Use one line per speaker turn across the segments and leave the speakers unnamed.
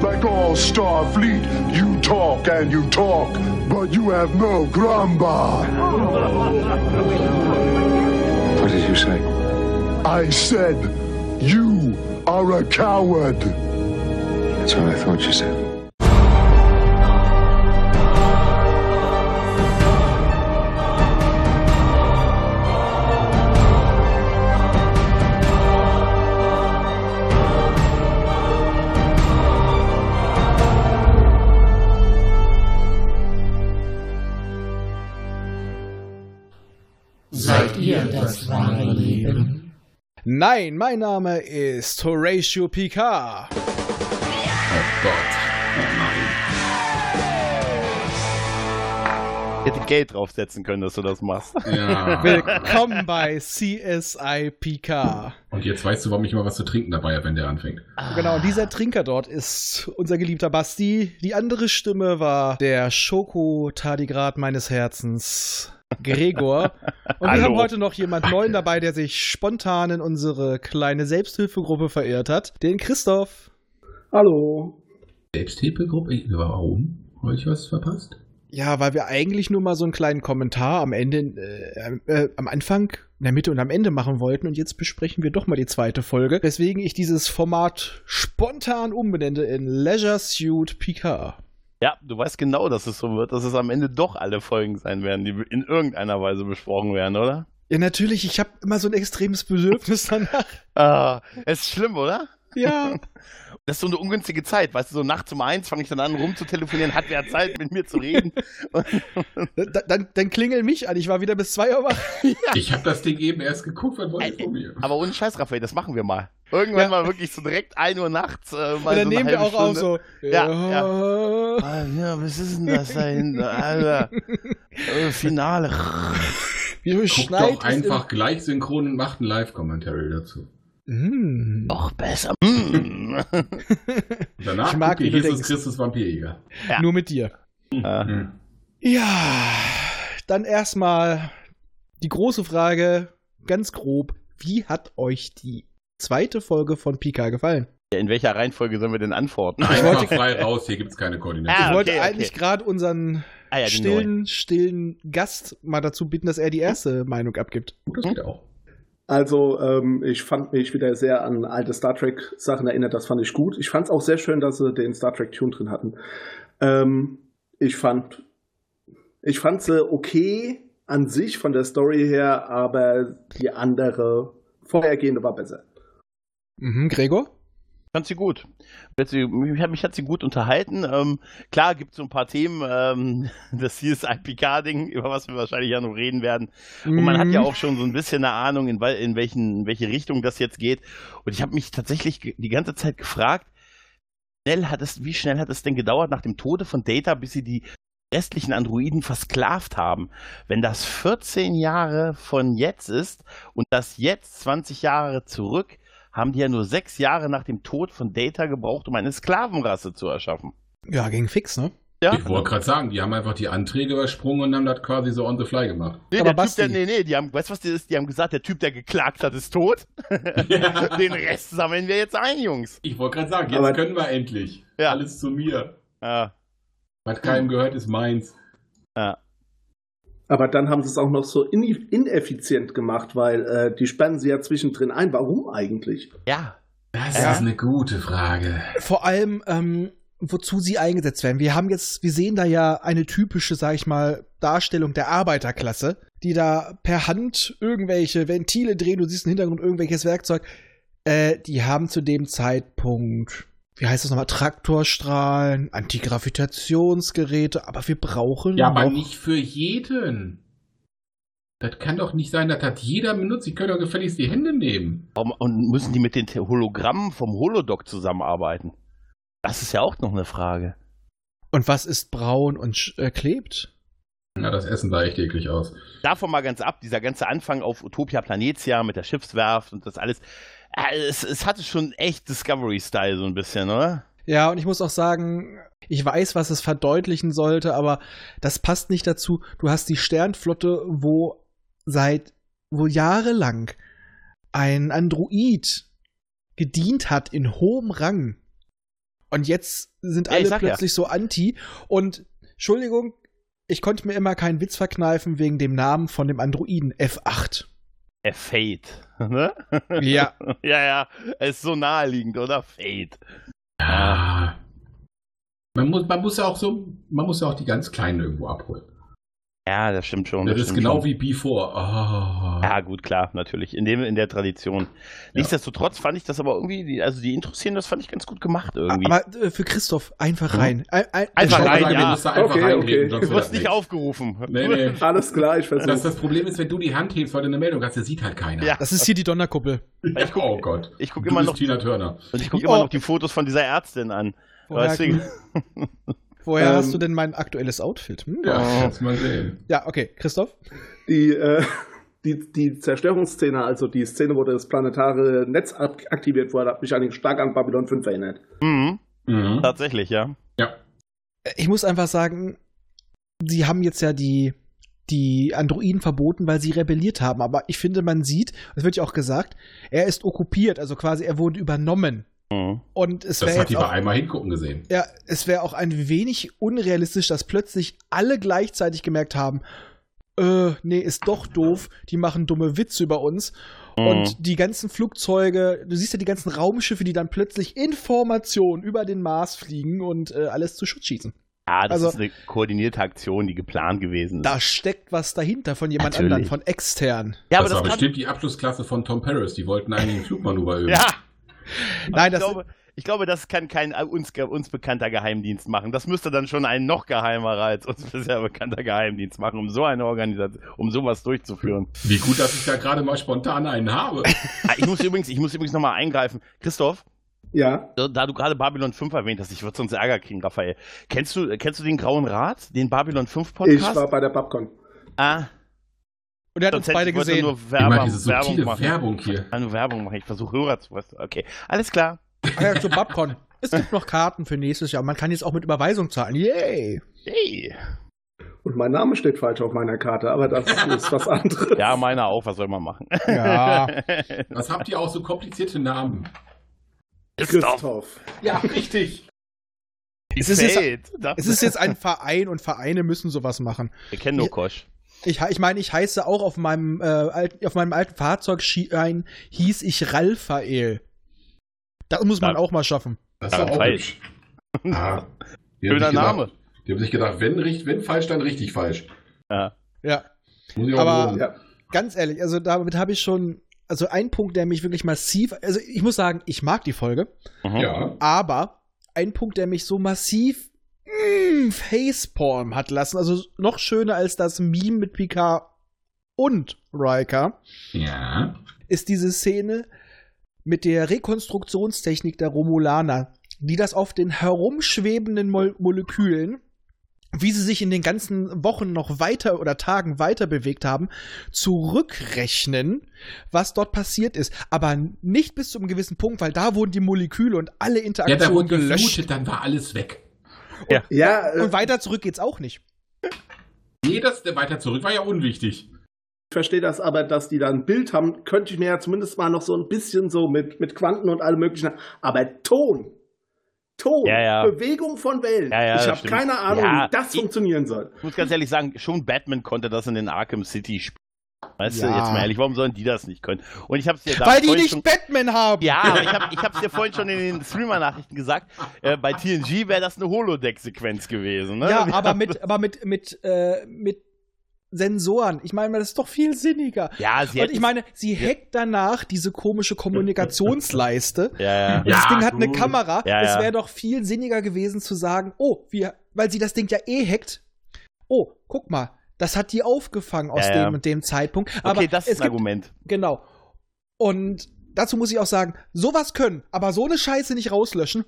Like all Starfleet, you talk and you talk, but you have no grumba.
What did you say?
I said, you are a coward.
That's what I thought you said.
Seid ihr das wahre Leben?
Nein, mein Name ist Horatio Picard.
Oh
Ich hätte Geld draufsetzen können, dass du das machst.
Ja.
Willkommen bei CSI Picard.
Und jetzt weißt du, warum ich immer was zu trinken dabei habe, wenn der anfängt.
Genau, dieser Trinker dort ist unser geliebter Basti. Die andere Stimme war der Schoko-Tardigrad meines Herzens, Gregor. Und wir
Hallo.
haben heute noch jemand Neuen dabei, der sich spontan in unsere kleine Selbsthilfegruppe verirrt hat, den Christoph.
Hallo.
Selbsthilfegruppe? Warum? Habe ich was verpasst?
Ja, weil wir eigentlich nur mal so einen kleinen Kommentar am Ende, äh, äh, am Anfang, in der Mitte und am Ende machen wollten und jetzt besprechen wir doch mal die zweite Folge, weswegen ich dieses Format spontan umbenenne in Leisure Suit Picard.
Ja, du weißt genau, dass es so wird, dass es am Ende doch alle Folgen sein werden, die in irgendeiner Weise besprochen werden, oder?
Ja, natürlich, ich habe immer so ein extremes Bedürfnis danach.
Ah, es ist schlimm, oder?
Ja.
Das ist so eine ungünstige Zeit, weißt du, so nachts um eins fange ich dann an, rumzutelefonieren, hat wer Zeit, mit mir zu reden?
Da, dann, dann klingel mich an, ich war wieder bis zwei Uhr wach.
Ich habe das Ding eben erst geguckt, was wollte ich von mir?
Aber ohne Scheiß, Raphael, das machen wir mal. Irgendwann
Ja.
mal wirklich so direkt 1 Uhr nachts. Äh, mal
Und dann
so eine
nehmen wir auch
halbe
auf
Stunde.
so.
Ja,
ja.
Ah, ja, was ist denn das da hinten? Alter. Äh, Finale.
Wir
Guckt
schneiden
doch einfach gleich synchron und macht ein Live-Commentary dazu.
Mm.
Noch besser. Mm.
Und danach
Ich mag,
guckt
wie
ihr
du
Jesus
denkst.
Christus Vampirjäger.
Ja.
Nur mit dir.
Ah.
Hm.
Ja, dann erstmal die große Frage, ganz grob, wie hat euch die zweite Folge von Pika gefallen?
Ja, in welcher Reihenfolge sollen wir denn antworten?
Einfach frei raus, hier gibt's keine Koordination.
Ah,
Ich wollte
okay, okay.
eigentlich gerade unseren
Ah, ja, die
stillen,
neuen.
stillen Gast mal dazu bitten, dass er die erste Meinung abgibt.
Gut, das geht auch.
Also, ähm, ich fand mich wieder sehr an alte Star Trek-Sachen erinnert. Das fand ich gut. Ich fand es auch sehr schön, dass sie den Star Trek-Tune drin hatten. Ähm, ich fand, ich fand sie okay an sich von der Story her, aber die andere vorhergehende war besser.
Mhm, Gregor?
Fand sie gut. Ich hat sie- Mich hat, mich hat sie gut unterhalten. Ähm, klar gibt es so ein paar Themen, ähm, das hier ist ein Picard-Ding, über was wir wahrscheinlich ja noch reden werden. Und man hat ja
Mhm.
auch schon so ein bisschen eine Ahnung, in, wel- in, welchen, in welche Richtung das jetzt geht. Und ich habe mich tatsächlich ge- die ganze Zeit gefragt, schnell hat es, wie schnell hat es denn gedauert nach dem Tode von Data, bis sie die restlichen Androiden versklavt haben. Wenn das 14 Jahre von jetzt ist und das jetzt 20 Jahre zurück, haben die ja nur sechs Jahre nach dem Tod von Data gebraucht, um eine Sklavenrasse zu erschaffen.
Ja, ging fix, ne?
Ja,
Ich wollte gerade sagen, die haben einfach die Anträge übersprungen und haben das quasi so on the fly gemacht.
nee,
aber
der typ,
Basti-
der, nee, nee, die haben, weißt du was das ist? Die haben gesagt, der Typ, der geklagt hat, ist tot. Den Rest sammeln wir jetzt ein, Jungs.
Ich wollte gerade sagen, jetzt
Aber-
können wir endlich.
Ja.
Alles zu mir.
Ja.
Was keinem gehört, ist meins.
Aber dann haben sie es auch noch so in ineffizient gemacht, weil äh, die sperren sie ja zwischendrin ein. Warum eigentlich?
Ja.
Das
Ja.
ist eine gute Frage.
Vor allem, ähm, wozu sie eingesetzt werden. Wir haben jetzt, wir sehen da ja eine typische, sag ich mal, Darstellung der Arbeiterklasse, die da per Hand irgendwelche Ventile drehen, du siehst im Hintergrund irgendwelches Werkzeug. Äh, die haben zu dem Zeitpunkt, wie heißt das nochmal, Traktorstrahlen, Antigravitationsgeräte, aber wir brauchen
Ja, aber
noch
nicht für jeden. Das kann doch nicht sein, dass das jeder benutzt. Ich könnte doch gefälligst die Hände nehmen.
Warum- Und müssen die mit den Te- Hologrammen vom Holodoc zusammenarbeiten? Das ist ja auch noch eine Frage.
Und was ist braun und sch- äh, klebt?
Na, das Essen sah echt eklig aus.
Davon mal ganz ab, dieser ganze Anfang auf Utopia Planetia mit der Schiffswerft und das alles. Ah, Es, es hatte schon echt Discovery-Style so ein bisschen, oder?
Ja, und ich muss auch sagen, ich weiß, was es verdeutlichen sollte, aber das passt nicht dazu. Du hast die Sternflotte, wo seit wo jahrelang ein Android gedient hat in hohem Rang. Und jetzt sind
Ja,
alle
ich sag ja.
plötzlich so anti. Und Entschuldigung, ich konnte mir immer keinen Witz verkneifen wegen dem Namen von dem Androiden F8.
Äh, Fate. Ne?
Ja.
ja, ja. Ist so naheliegend, oder? Fate.
Ah. Man muss, man muss ja auch so, man muss ja auch die ganz Kleinen irgendwo abholen.
Ja, das stimmt schon.
Das ist
stimmt
genau
schon.
wie Before. Ah.
Ja, gut, klar, natürlich. In, dem, in der Tradition. Nichtsdestotrotz fand ich das aber irgendwie, die- also die Interessieren, das fand ich ganz gut gemacht irgendwie.
Aber äh, für Christoph einfach rein. Ein, ein,
Mhm. Einfach
Schaut
rein,
mal-
ja.
Wir müssen da einfach
Okay,
reinreden,
okay.
sonst
du
wird
wirst
das
nicht
nichts.
aufgerufen.
Nee, nee.
Alles klar, ich
Das,
versuche.
das Problem ist, wenn du die Hand hebst, weil du eine Meldung hast, das sieht halt keiner.
Ja.
Das ist hier die Donnerkuppel.
Ich guck-
oh Gott.
ich guck
du
immer
bist
noch-
Tina Turner.
Und ich gucke
Oh.
immer noch die Fotos von dieser Ärztin an.
Woher-
Deswegen,
Woher
Ähm,
hast du denn mein aktuelles Outfit? Hm?
Ja,
Oh.
kannst mal sehen.
Ja, okay, Christoph.
Die, äh, die, die Zerstörungsszene, also die Szene, wo das planetare Netz ab- aktiviert wurde, hat mich allerdings stark an Babylon 5 erinnert.
mhm,
Mhm.
tatsächlich, ja.
Ja.
Äh, Ich muss einfach sagen, sie haben jetzt ja die, die Androiden verboten, weil sie rebelliert haben. Aber ich finde, man sieht, es wird ja auch gesagt, er ist okkupiert, also quasi er wurde übernommen.
Mhm.
Und es
Das
wäre
hat die
jetzt
bei
auch,
einmal hingucken gesehen.
ja, es wäre auch ein wenig unrealistisch, dass plötzlich alle gleichzeitig gemerkt haben, äh, nee, ist doch doof, die machen dumme Witze über uns.
Und
Und die ganzen Flugzeuge, du siehst ja die ganzen Raumschiffe, die dann plötzlich in Formation über den Mars fliegen und äh, alles zu Schutt schießen.
ja, das
also-
ist eine koordinierte Aktion, die geplant gewesen ist.
Da steckt was dahinter von jemand
Natürlich.
anderem, von extern.
ja,
das war bestimmt die Abschlussklasse von Tom Paris. Die wollten eigentlich einen Flugmanöver üben.
Ja,
Nein,
ich
das
glaube, ich glaube, das kann kein äh, uns, ge- uns bekannter Geheimdienst machen. Das müsste dann schon ein noch geheimerer als uns bisher bekannter Geheimdienst machen, um so eine Organisation, um sowas durchzuführen.
Wie gut, dass ich da gerade mal spontan einen habe.
Ah, ich muss übrigens, ich muss übrigens nochmal eingreifen. Christoph,
Ja,
da da du gerade Babylon 5 erwähnt hast, ich würde sonst Ärger kriegen, Raphael. Kennst du, kennst du den Grauen Rat, den Babylon 5 Podcast?
ich war bei der Babcon.
ah,
und er hat uns
sonst
beide
hätte, wollte
gesehen.
nur
Immer
Werbung,
diese
Werbung
subtile
machen.
Werbung hier.
Ich kann nur Werbung machen. Ich versuche Hörer zu was. Okay, alles klar.
Ah ja, zu Babcon. Es gibt noch Karten für nächstes Jahr. Man kann jetzt auch mit Überweisung zahlen. Yay!
Hey.
Und mein Name steht falsch auf meiner Karte, aber das ist was anderes.
Ja, meiner auch. Was soll man machen?
Ja.
Was habt ihr auch so komplizierte Namen?
Christoph.
Ja, richtig.
Es ist jetzt-
Das
es ist jetzt ein Verein und Vereine müssen sowas machen.
ne? Wir kennen nur Kosch.
Ich, he- ich meine, ich heiße auch auf meinem, äh, alten, auf meinem alten Fahrzeugschein hieß ich Ralfael. Das muss man
Ja.
auch mal schaffen.
Das
Ja,
ist doch auch
falsch.
falsch. Ah, die haben
Schöner
sich gedacht-
Name.
Die haben sich gedacht, wenn, richt- wenn falsch, dann richtig falsch.
Ja.
Muss ich
Aber-
loben.
Ja.
ganz ehrlich, also damit habe ich schon, also ein Punkt, der mich wirklich massiv, also ich muss sagen, ich mag die Folge,
Mhm.
ja.
aber ein Punkt, der mich so massiv mm, facepalm hat lassen, also noch schöner als das Meme mit Picard und Riker,
Ja.
ist diese Szene mit der Rekonstruktionstechnik der Romulaner, die das auf den herumschwebenden Mol Molekülen wie sie sich in den ganzen Wochen noch weiter oder Tagen weiter bewegt haben, zurückrechnen, was dort passiert ist. Aber nicht bis zu einem gewissen Punkt, weil da wurden die Moleküle und alle
Ja, da
Interaktionen
wurde
gelöscht.
geflutet, dann war alles weg.
Ja, äh,
Und weiter zurück geht's auch nicht.
Nee, das der weiter zurück war ja unwichtig.
ich verstehe das aber, dass die da ein Bild haben, könnte ich mir ja zumindest mal noch so ein bisschen so mit, mit Quanten und allem möglichen. Aber Ton. Ton.
Ja, ja.
Bewegung von Wellen.
Ja, ja,
ich
das
habe
stimmt.
keine Ahnung,
Ja,
wie das
ich-
funktionieren soll.
Ich muss ganz ehrlich sagen, schon Batman konnte das in den Arkham City spielen. Weißt du,
Ja.
jetzt mal ehrlich, warum sollen die das nicht können? Und ich hab's dir da
Weil die
vorhin
nicht
schon,
Batman haben.
Ja, aber ich, hab, ich hab's dir vorhin schon in den Streamer-Nachrichten gesagt, äh, bei TNG wäre das eine Holodeck-Sequenz gewesen. Ne?
Ja,
Wir
aber
haben-
mit, aber mit, mit, äh, mit Sensoren. Ich meine, das ist doch viel sinniger.
Ja, sie
Und ich
hätten-
meine, sie hackt danach diese komische Kommunikationsleiste.
Ja, ja.
Und das
Ja,
Ding hat eine
gut.
Kamera.
Ah, Ja,
es
ja.
wäre doch viel sinniger gewesen zu sagen, oh, wir, weil sie das Ding ja eh hackt. Oh, guck mal, das hat die aufgefangen aus
Ja, ja.
dem und dem Zeitpunkt. Aber
Okay, das
es
ist ein
gibt,
Argument.
genau. Und dazu muss ich auch sagen, sowas können, aber so eine Scheiße nicht rauslöschen.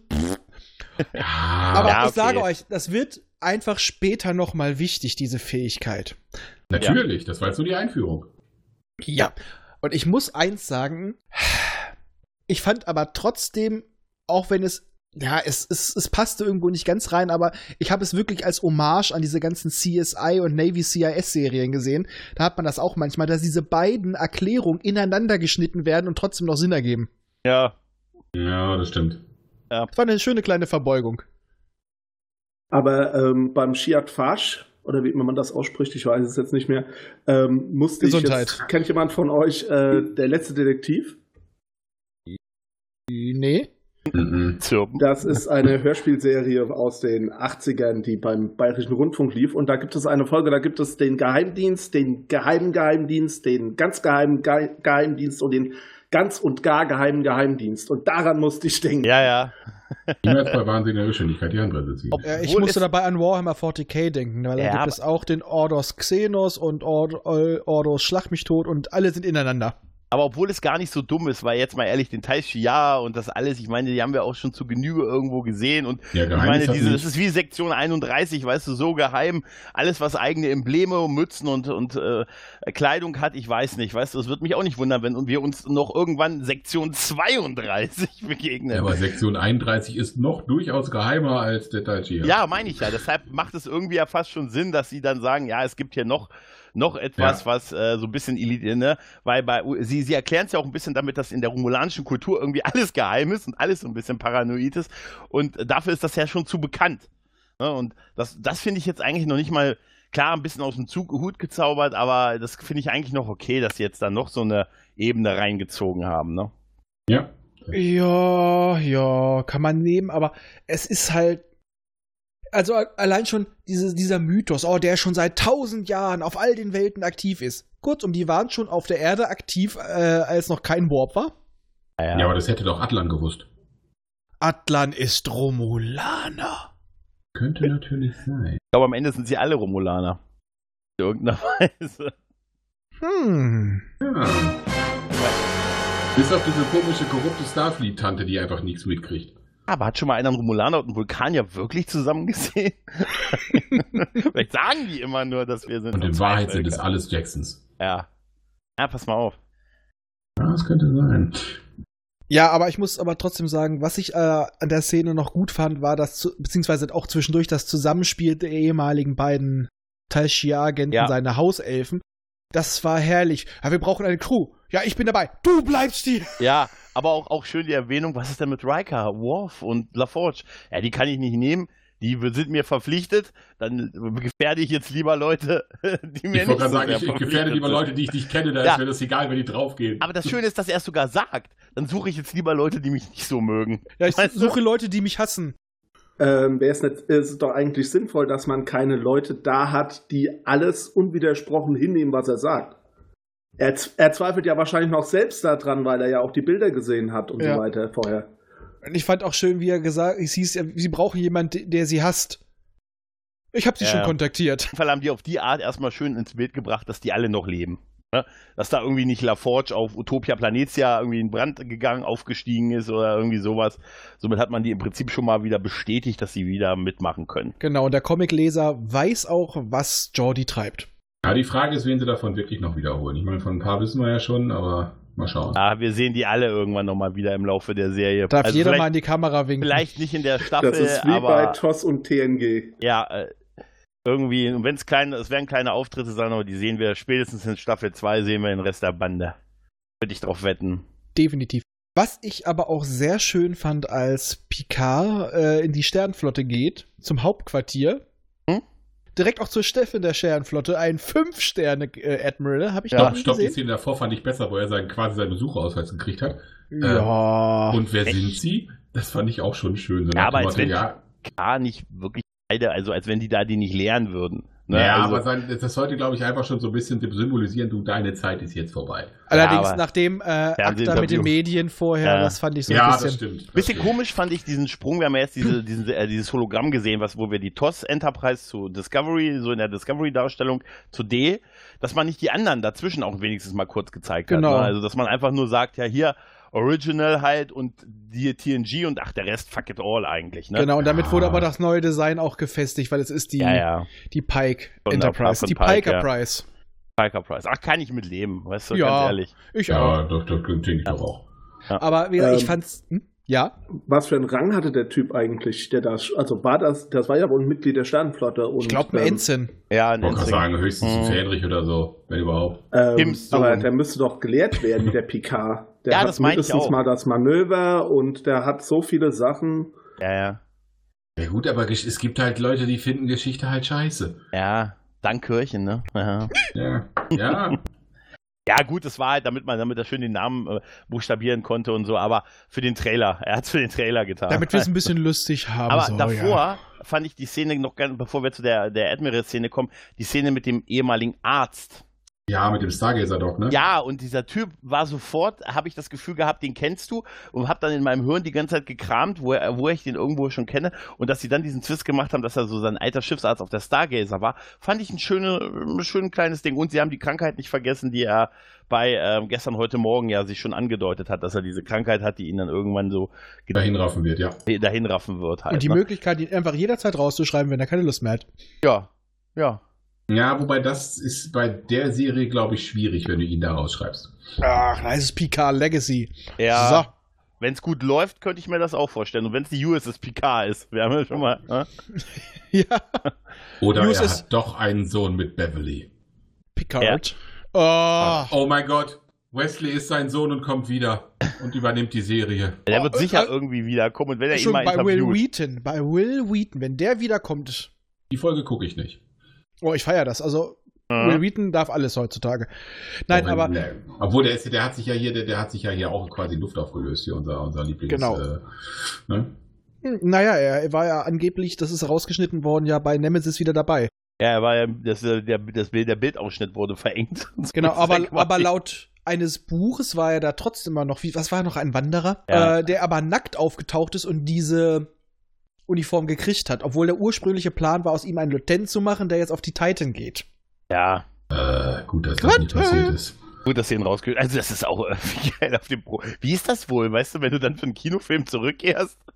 Ah,
Aber
Ah, Ja,
ich
okay.
sage euch, das wird einfach später noch mal wichtig, diese Fähigkeit.
Natürlich, das war jetzt nur die Einführung.
Ja, und ich muss eins sagen, ich fand aber trotzdem, auch wenn es, ja, es, es, es passte irgendwo nicht ganz rein, aber ich habe es wirklich als Hommage an diese ganzen CSI und Navy CIS-Serien gesehen. Da hat man das auch manchmal, dass diese beiden Erklärungen ineinander geschnitten werden und trotzdem noch Sinn ergeben.
Ja,
Ja, das stimmt.
Ja.
Es war eine schöne kleine Verbeugung.
Aber ähm, beim Shiat Fash, oder wie immer man das ausspricht, ich weiß es jetzt nicht mehr, ähm, musste
Gesundheit.
ich jetzt, kennt jemand von euch äh, der letzte Detektiv?
Nee.
Mhm.
Zirpen.
Das ist eine Hörspielserie aus den 80ern, die beim Bayerischen Rundfunk lief. Und da gibt es eine Folge, da gibt es den Geheimdienst, den geheimen Geheimdienst, den ganz geheimen Ge Geheimdienst und den ganz und gar geheimen Geheimdienst. Und daran musste ich denken.
Ja, ja.
Niemals bei wahnsinniger Geschwindigkeit die andere sitzen.
Ob-
Ja, Äh, ich
Obwohl
musste
es-
dabei an Warhammer 40k denken, weil
Ja,
da gibt
aber-
es auch den Ordos Xenos und Ord Ol- Ordos Schlag mich tot und alle sind ineinander.
Aber obwohl es gar nicht so dumm ist, weil jetzt mal ehrlich, den Teil Shia und das alles, ich meine, die haben wir auch schon zu Genüge irgendwo gesehen und
Ja,
ich
geheim
meine,
ist das
diese,
nicht.
das ist wie Sektion 31, weißt du, so geheim. Alles, was eigene Embleme, und Mützen und, und äh, Kleidung hat, ich weiß nicht, weißt du, es wird mich auch nicht wundern, wenn wir uns noch irgendwann Sektion 32 begegnen.
Ja, aber Sektion 31 ist noch durchaus geheimer als der Taichi.
Ja, meine ich ja. Deshalb macht es irgendwie ja fast schon Sinn, dass sie dann sagen, ja, es gibt hier noch, noch
Ja.
etwas, was äh, so ein bisschen elite, ne? Weil bei U- sie, sie erklären es ja auch ein bisschen damit, dass in der romulanischen Kultur irgendwie alles geheim ist und alles so ein bisschen paranoid ist. Und dafür ist das ja schon zu bekannt. Ne? Und das, das finde ich jetzt eigentlich noch nicht mal. Klar, ein bisschen aus dem Zug Hut gezaubert, aber das finde ich eigentlich noch okay, dass sie jetzt da noch so eine Ebene reingezogen haben. Ne?
Ja.
Ja, ja, kann man nehmen, aber es ist halt. Also a- allein schon diese, dieser Mythos, oh, der schon seit tausend Jahren auf all den Welten aktiv ist. Kurzum, die waren schon auf der Erde aktiv, äh, als noch kein Warp war.
ja, aber das hätte doch Atlan gewusst.
Atlan ist Romulaner.
Könnte natürlich sein.
Ich glaube, am Ende sind sie alle Romulaner. In irgendeiner Weise.
Hm.
Ja. Bis auf diese komische, korrupte Starfleet-Tante, die einfach nichts mitkriegt.
Aber hat schon mal einer einen Romulaner und einen Vulkanier wirklich zusammen gesehen? Vielleicht sagen die immer nur, dass wir sind.
Und in Wahrheit sind es alles Jacksons.
Ja. Ja, pass mal auf.
Ja, das könnte sein.
Ja, aber ich muss aber trotzdem sagen, was ich äh, an der Szene noch gut fand, war das, zu, beziehungsweise auch zwischendurch das Zusammenspiel der ehemaligen beiden Taishia-Agenten,
Ja.
seine Hauselfen. Das war herrlich. Ja, wir brauchen eine Crew. Ja, ich bin dabei. Du bleibst hier.
Ja, aber auch, auch schön die Erwähnung, was ist denn mit Riker, Worf und LaForge? Ja, die kann ich nicht nehmen. Die sind mir verpflichtet. Dann gefährde ich jetzt lieber Leute, die mir
Ich wollte
nicht
gerade
so
sagen,
sehr
ich, ich gefährde
verpflichtet
lieber
sind.
Leute, die ich nicht kenne, da
Ja.
ist mir das egal, wenn die draufgehen.
Aber das Schöne ist, dass er es sogar sagt. Dann suche ich jetzt lieber Leute, die mich nicht so mögen.
Ja, ich
Weißt du?
suche Leute, die mich hassen.
Ähm, Wäre es nicht, ist es doch eigentlich sinnvoll, dass man keine Leute da hat, die alles unwidersprochen hinnehmen, was er sagt. Er, z- er zweifelt ja wahrscheinlich noch selbst daran, weil er ja auch die Bilder gesehen hat und
Ja.
so weiter vorher.
Und ich fand auch schön, wie er gesagt, es hieß, er- sie brauchen jemanden, der sie hasst. Ich habe sie
Ja.
schon kontaktiert.
jeden Fall haben die auf die Art erstmal schön ins Bild gebracht, dass die alle noch leben. Ne? Dass da irgendwie nicht LaForge auf Utopia Planetia irgendwie in Brand gegangen, aufgestiegen ist oder irgendwie sowas. Somit hat man die im Prinzip schon mal wieder bestätigt, dass sie wieder mitmachen können.
Genau, und der Comicleser weiß auch, was Jordi treibt.
Ja, die Frage ist, wen sie davon wirklich noch wiederholen. Ich meine, von ein paar wissen wir ja schon, aber mal schauen.
Ah, wir sehen die alle irgendwann nochmal wieder im Laufe der Serie.
Darf
Also
jeder
vielleicht,
mal in die Kamera winken.
vielleicht nicht in der Staffel,
Das ist wie bei
aber
TOS und TNG.
ja, äh, irgendwie, und wenn es kleine, es werden kleine Auftritte sein, aber die sehen wir spätestens in Staffel 2, sehen wir den Rest der Bande. Würde ich drauf wetten.
Definitiv. Was ich aber auch sehr schön fand, als Picard äh, in die Sternflotte geht, zum Hauptquartier,
Hm?
direkt auch zur Steffin der Sternflotte, ein Fünf-Sterne-Admiral, habe ich
Ja,
noch
Stopp,
nie
stopp, die
gesehen.
Szene davor fand ich besser, wo er seinen, quasi seinen Besucherausweis gekriegt hat.
äh,
ja.
Und wer
echt?
sind sie? Das fand ich auch schon schön. So
Ja,
nach
aber
dem
als
Motto,
wenn-
ja,
klar nicht wirklich beide, also als wenn die da die nicht lehren würden. Ne?
ja
also,
aber sein, das sollte, glaube ich, einfach schon so ein bisschen symbolisieren, du, deine Zeit ist jetzt vorbei.
Allerdings
aber-
nach dem äh, Akta mit
Fernsehinterview.
den Medien vorher,
Ja.
das fand ich so
ja,
ein
das
bisschen.
stimmt. Das
bisschen
stimmt.
komisch fand ich diesen Sprung. Wir haben ja jetzt diese, diesen, äh, dieses Hologramm gesehen, was, wo wir die TOS Enterprise zu Discovery, so in der Discovery-Darstellung zu D, dass man nicht die anderen dazwischen auch wenigstens mal kurz gezeigt
Genau.
hat. Ne? Also, dass man einfach nur sagt, ja, hier Original halt und die TNG und ach, der Rest, fuck it all eigentlich. Ne?
Genau, und damit
Ja.
wurde aber das neue Design auch gefestigt, weil es ist die,
Ja, ja.
die Pike
Von der
Enterprise.
Puff
Die
and Pike,
Pike
ja.
Enterprise.
Piker Price. Ach, kann ich mit leben, weißt du,
Ja.
ganz ehrlich.
Ich auch.
Ja, doch, doch, denke ich doch auch.
Aber wie gesagt, ich
Ähm,
fand's. Hm? Ja.
Was für einen Rang hatte der Typ eigentlich, der das, also war das, das war ja wohl ein Mitglied der Sternenflotte. Und,
Ich glaube, ein
ähm,
Ensign.
Ja,
Ich
ein
wollte gerade
Instinkt.
sagen, höchstens ein
Mhm.
Fähnrich oder so, wenn überhaupt.
Ähm,
Hims Sohn.
aber der müsste doch gelehrt werden, der Picard. Der
Ja,
hat
das meinte ich
mindestens
auch.
mal das Manöver und der hat so viele Sachen.
Ja, ja.
Ja gut, aber gesch- es gibt halt Leute, die finden Geschichte halt scheiße.
Ja, Dankkirchen, ne? Ja.
Ja, ja.
ja, gut, das war halt, damit man damit er schön den Namen äh, buchstabieren konnte und so, aber für den Trailer. Er hat es für den Trailer getan.
Damit wir es ein bisschen lustig haben.
Aber
so,
davor
Ja.
fand ich die Szene noch ganz, bevor wir zu der, der Admiral-Szene kommen, die Szene mit dem ehemaligen Arzt.
ja, mit dem Stargazer-Doc, ne?
Ja, und dieser Typ war sofort, habe ich das Gefühl gehabt, den kennst du und habe dann in meinem Hirn die ganze Zeit gekramt, wo, er, wo ich den irgendwo schon kenne und dass sie dann diesen Twist gemacht haben, dass er so sein alter Schiffsarzt auf der Stargazer war, fand ich ein, schöne, ein schön kleines Ding und sie haben die Krankheit nicht vergessen, die er bei ähm, gestern, heute Morgen ja sich schon angedeutet hat, dass er diese Krankheit hat, die ihn dann irgendwann so
Da hinraffen wird, ja.
dahin raffen wird halt.
Und die
ne?
Möglichkeit, ihn einfach jederzeit rauszuschreiben, wenn er keine Lust mehr hat.
Ja, ja.
Ja, wobei das ist bei der Serie, glaube ich, schwierig, wenn du ihn da rausschreibst.
Ach, da ist es Picard Legacy.
Ja.
So.
Wenn es gut läuft, könnte ich mir das auch vorstellen. Und wenn es die USS Picard ist, wir haben ja schon mal. Ne?
Ja.
Oder
News
er
ist-
hat doch einen Sohn mit Beverly.
Picard. Oh.
Oh mein Gott, Wesley ist sein Sohn und kommt wieder und übernimmt die Serie.
Der wird
Oh,
sicher
äh,
irgendwie wiederkommen. Und wenn er ihn
Schon
mal
bei Will
interviewt.
Wheaton. Bei Will Wheaton, wenn der wiederkommt.
Die Folge gucke ich nicht.
Oh, ich feiere das. Also,
Mhm.
Will Wheaton darf alles heutzutage. Nein,
Auch
aber.
wenn- ne. obwohl der ist, der hat sich ja hier, der, der hat sich ja hier auch quasi in Luft aufgelöst hier unser unser Lieblings.
Genau.
Äh, ne?
Naja, er war ja angeblich, das ist rausgeschnitten worden, ja bei Nemesis wieder dabei.
Ja, er war ja, das, äh, der, das Bild, der Bildausschnitt wurde verengt. Und so
Genau,
ist er
aber,
quasi-
aber laut eines Buches war er da trotzdem immer noch, wie, was war er noch, ein Wanderer,
Ja.
äh, der aber nackt aufgetaucht ist und diese Uniform gekriegt hat, obwohl der ursprüngliche Plan war, aus ihm einen Lieutenant zu machen, der jetzt auf die Titan geht.
Ja,
Äh, gut, dass das nicht passiert ist.
gut, dass sie ihn rausgehört. Also, das ist auch irgendwie geil auf dem Pro. Wie ist das wohl, weißt du, wenn du dann für einen Kinofilm zurückkehrst?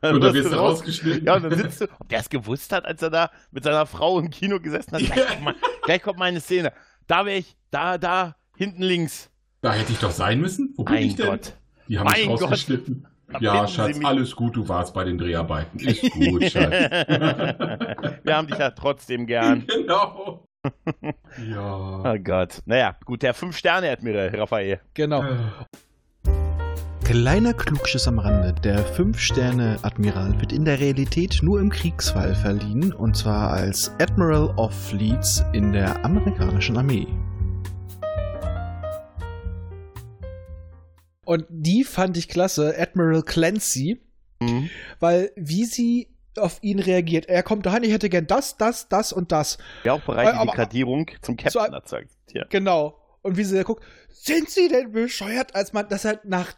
Dann
Und dann
wirst
wirst du rausgeschnitten.
Ja, und dann sitzt du, ob der es gewusst hat, als er da mit seiner Frau im Kino gesessen hat. Gleich,
Ja.
kommt, mein, gleich kommt meine Szene. Da wäre ich, da, da, hinten links.
Da hätte ich doch sein müssen. Wo bin
Mein
ich denn?
Gott.
Die haben mich
Mein Gott.
rausgeschnitten.
Da
Ja,
bitten Sie
Schatz,
mich.
alles gut, du warst bei den Dreharbeiten. Ist gut, Schatz.
Wir haben dich ja trotzdem gern.
genau. ja.
Oh Gott. Naja, gut, der Fünf-Sterne-Admiral, Raphael.
Genau.
Oh.
Kleiner Klugschiss am Rande. Der 5-Sterne-Admiral wird in der Realität nur im Kriegsfall verliehen, und zwar als Admiral of Fleets in der amerikanischen Armee. Und die fand ich klasse, Admiral Clancy,
Mhm.
weil wie sie auf ihn reagiert. Er kommt dahin, ich hätte gern das, das, das und das.
Der auch bereit, die
Äh, Aber-
Degradierung zum Captain hat zu akzeptieren.
Genau. Und wie sie da guckt, sind sie denn bescheuert, als man, dass er nach,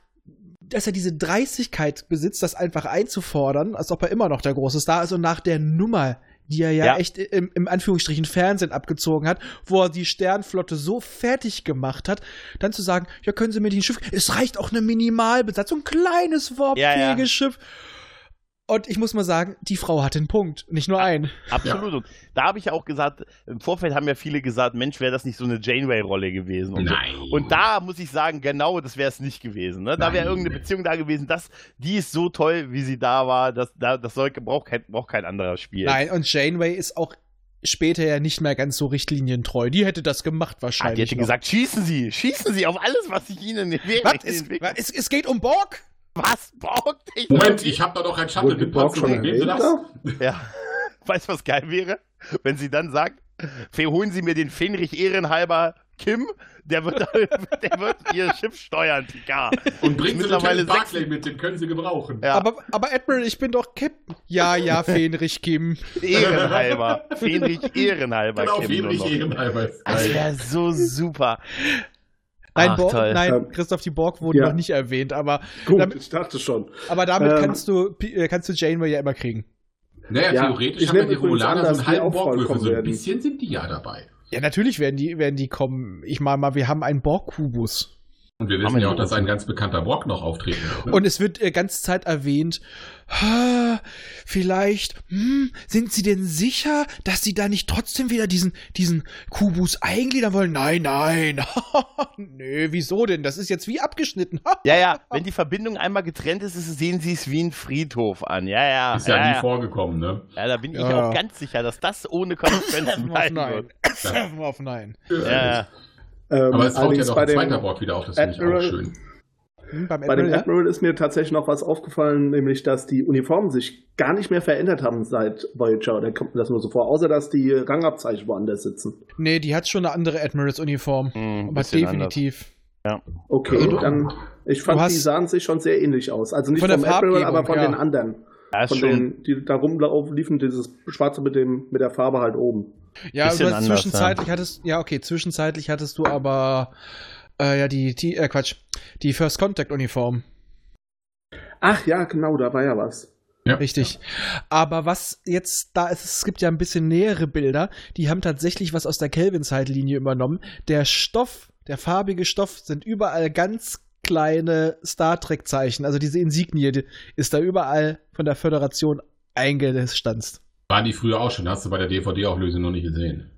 dass er diese Dreistigkeit besitzt, das einfach einzufordern, als ob er immer noch der große Star ist und nach der Nummer, die er ja,
Ja.
echt äh, im, im Anführungsstrichen Fernsehen abgezogen hat, wo er die Sternflotte so fertig gemacht hat, dann zu sagen, ja, können Sie mir nicht ein Schiff, es reicht auch eine Minimalbesatzung, ein kleines
Ja, ja.
warpfähiges Schiff. Und ich muss mal sagen, die Frau hat den Punkt, nicht
Ah,
nur einen.
Absolut. Und da habe ich ja auch gesagt, im Vorfeld haben ja viele gesagt, Mensch, wäre das nicht so eine Janeway-Rolle gewesen. Und,
Nein.
So. und da muss ich sagen, genau das wäre es nicht gewesen. Ne? Da wäre
Nein.
irgendeine Beziehung da gewesen. Das, die ist so toll, wie sie da war. Das, da, das soll, braucht, kein, braucht kein anderer Spiel.
Nein, und Janeway ist auch später ja nicht mehr ganz so richtlinientreu. Die hätte das gemacht
Ah,
wahrscheinlich.
die hätte
noch.
gesagt, schießen Sie, schießen Sie auf alles, was ich Ihnen wäre.
was, es, was, es, es geht um Borg?
was braucht ich?
Moment, ich habe da doch ein Shuttle
Wurde die Borg
gepasst.
schon erwähnt? da?
Ja. Weißt du, was geil wäre? Wenn sie dann sagt, "Fe- holen Sie mir den Fenrich ehrenhalber Kim, der wird, der wird ihr Schiff steuern, Picard.
Und bringen Sie
Mittlerweile
mittlerweile Barclay mit, den können Sie gebrauchen.
Ja.
Aber, aber Admiral, ich bin doch Captain. Ja, ja, Fenrich Kim.
Ehrenhalber. Fenrich ehrenhalber
Genau,
Kim. nur
wenig
noch.
ehrenhalber.
Also,
Das wäre so super.
Nein,
Ach,
Borg,
toll.
nein
Ähm,
Christoph, die Borg wurden
ja.
noch nicht erwähnt, aber,
Gut,
Damit-
ich dachte schon.
aber damit
Ähm,
kannst, du, P- äh, kannst du Janeway ja immer kriegen.
Naja,
Ja,
theoretisch
ich
haben ja
nehme
die
übrigens an,
Romulaner so
dass
einen
die
halben
auch
Borgwürfel. So ein
vollkommen
bisschen sind die ja dabei.
Ja, natürlich werden die, werden die kommen. Ich meine mal, wir haben einen Borg-Kubus.
Und wir
Haben wir
wissen ja auch,
nicht.
dass ein ganz bekannter Borg noch auftreten wird. ne?
Und es wird äh, ganz Zeit erwähnt, "Ah, vielleicht, hm, sind Sie denn sicher, dass Sie da nicht trotzdem wieder diesen, diesen Kubus eingliedern wollen? Nein, nein. Nö, wieso denn? Das ist jetzt wie abgeschnitten.
Ja, ja, wenn die Verbindung einmal getrennt ist, ist- sehen sie es wie ein Friedhof an. Ja, ja.
Ist ja, nie
ja, ja.
vorgekommen, ne?
ja da bin ich
Ja.
auch ganz sicher, dass das ohne Konsequenzen bleiben wird. Äh,
Surfen auf nein.
Ja, ja.
Ähm,
Aber es taucht ja
allerdings
noch
bei
ein
dem-
zweiter Borg wieder auf, das finde ich auch
Admiral-
schön.
Hm, beim
Bei dem
Admiral, ja?
Admiral ist mir tatsächlich noch was aufgefallen, nämlich, dass die Uniformen sich gar nicht mehr verändert haben seit Voyager. Da kommt mir das nur so vor, außer dass die Rangabzeichen woanders sitzen.
Nee, die hat schon eine andere Admirals-Uniform.
Hm,
Aber
bisschen
definitiv.
Okay,
Also du-
dann. Ich fand,
du hast-
die sahen sich schon sehr ähnlich aus. Also nicht
Von der
vom Admiral,
Farbgebung,
aber von
ja.
den anderen.
Anders. Ja,
Von
ist schon.
den, die da rumlaufen, liefen dieses Schwarze mit, dem, mit der Farbe halt oben.
Ja, du
Bisschen
hast
anders,
zwischenzeitlich hattest, ja, okay, zwischenzeitlich hattest du aber, äh, ja, die, die, äh, Quatsch, die First Contact Uniform.
Ach ja, genau, da war ja was.
Richtig. Aber was jetzt da ist, es gibt ja ein bisschen nähere Bilder, die haben tatsächlich was aus der Kelvin-Zeitlinie übernommen. Der Stoff, der farbige Stoff, sind überall ganz kleine Star Trek-Zeichen. Also diese Insignie die ist da überall von der Föderation eingestanzt.
Waren die früher auch schon, hast du bei der DVD-Auflösung noch nicht gesehen.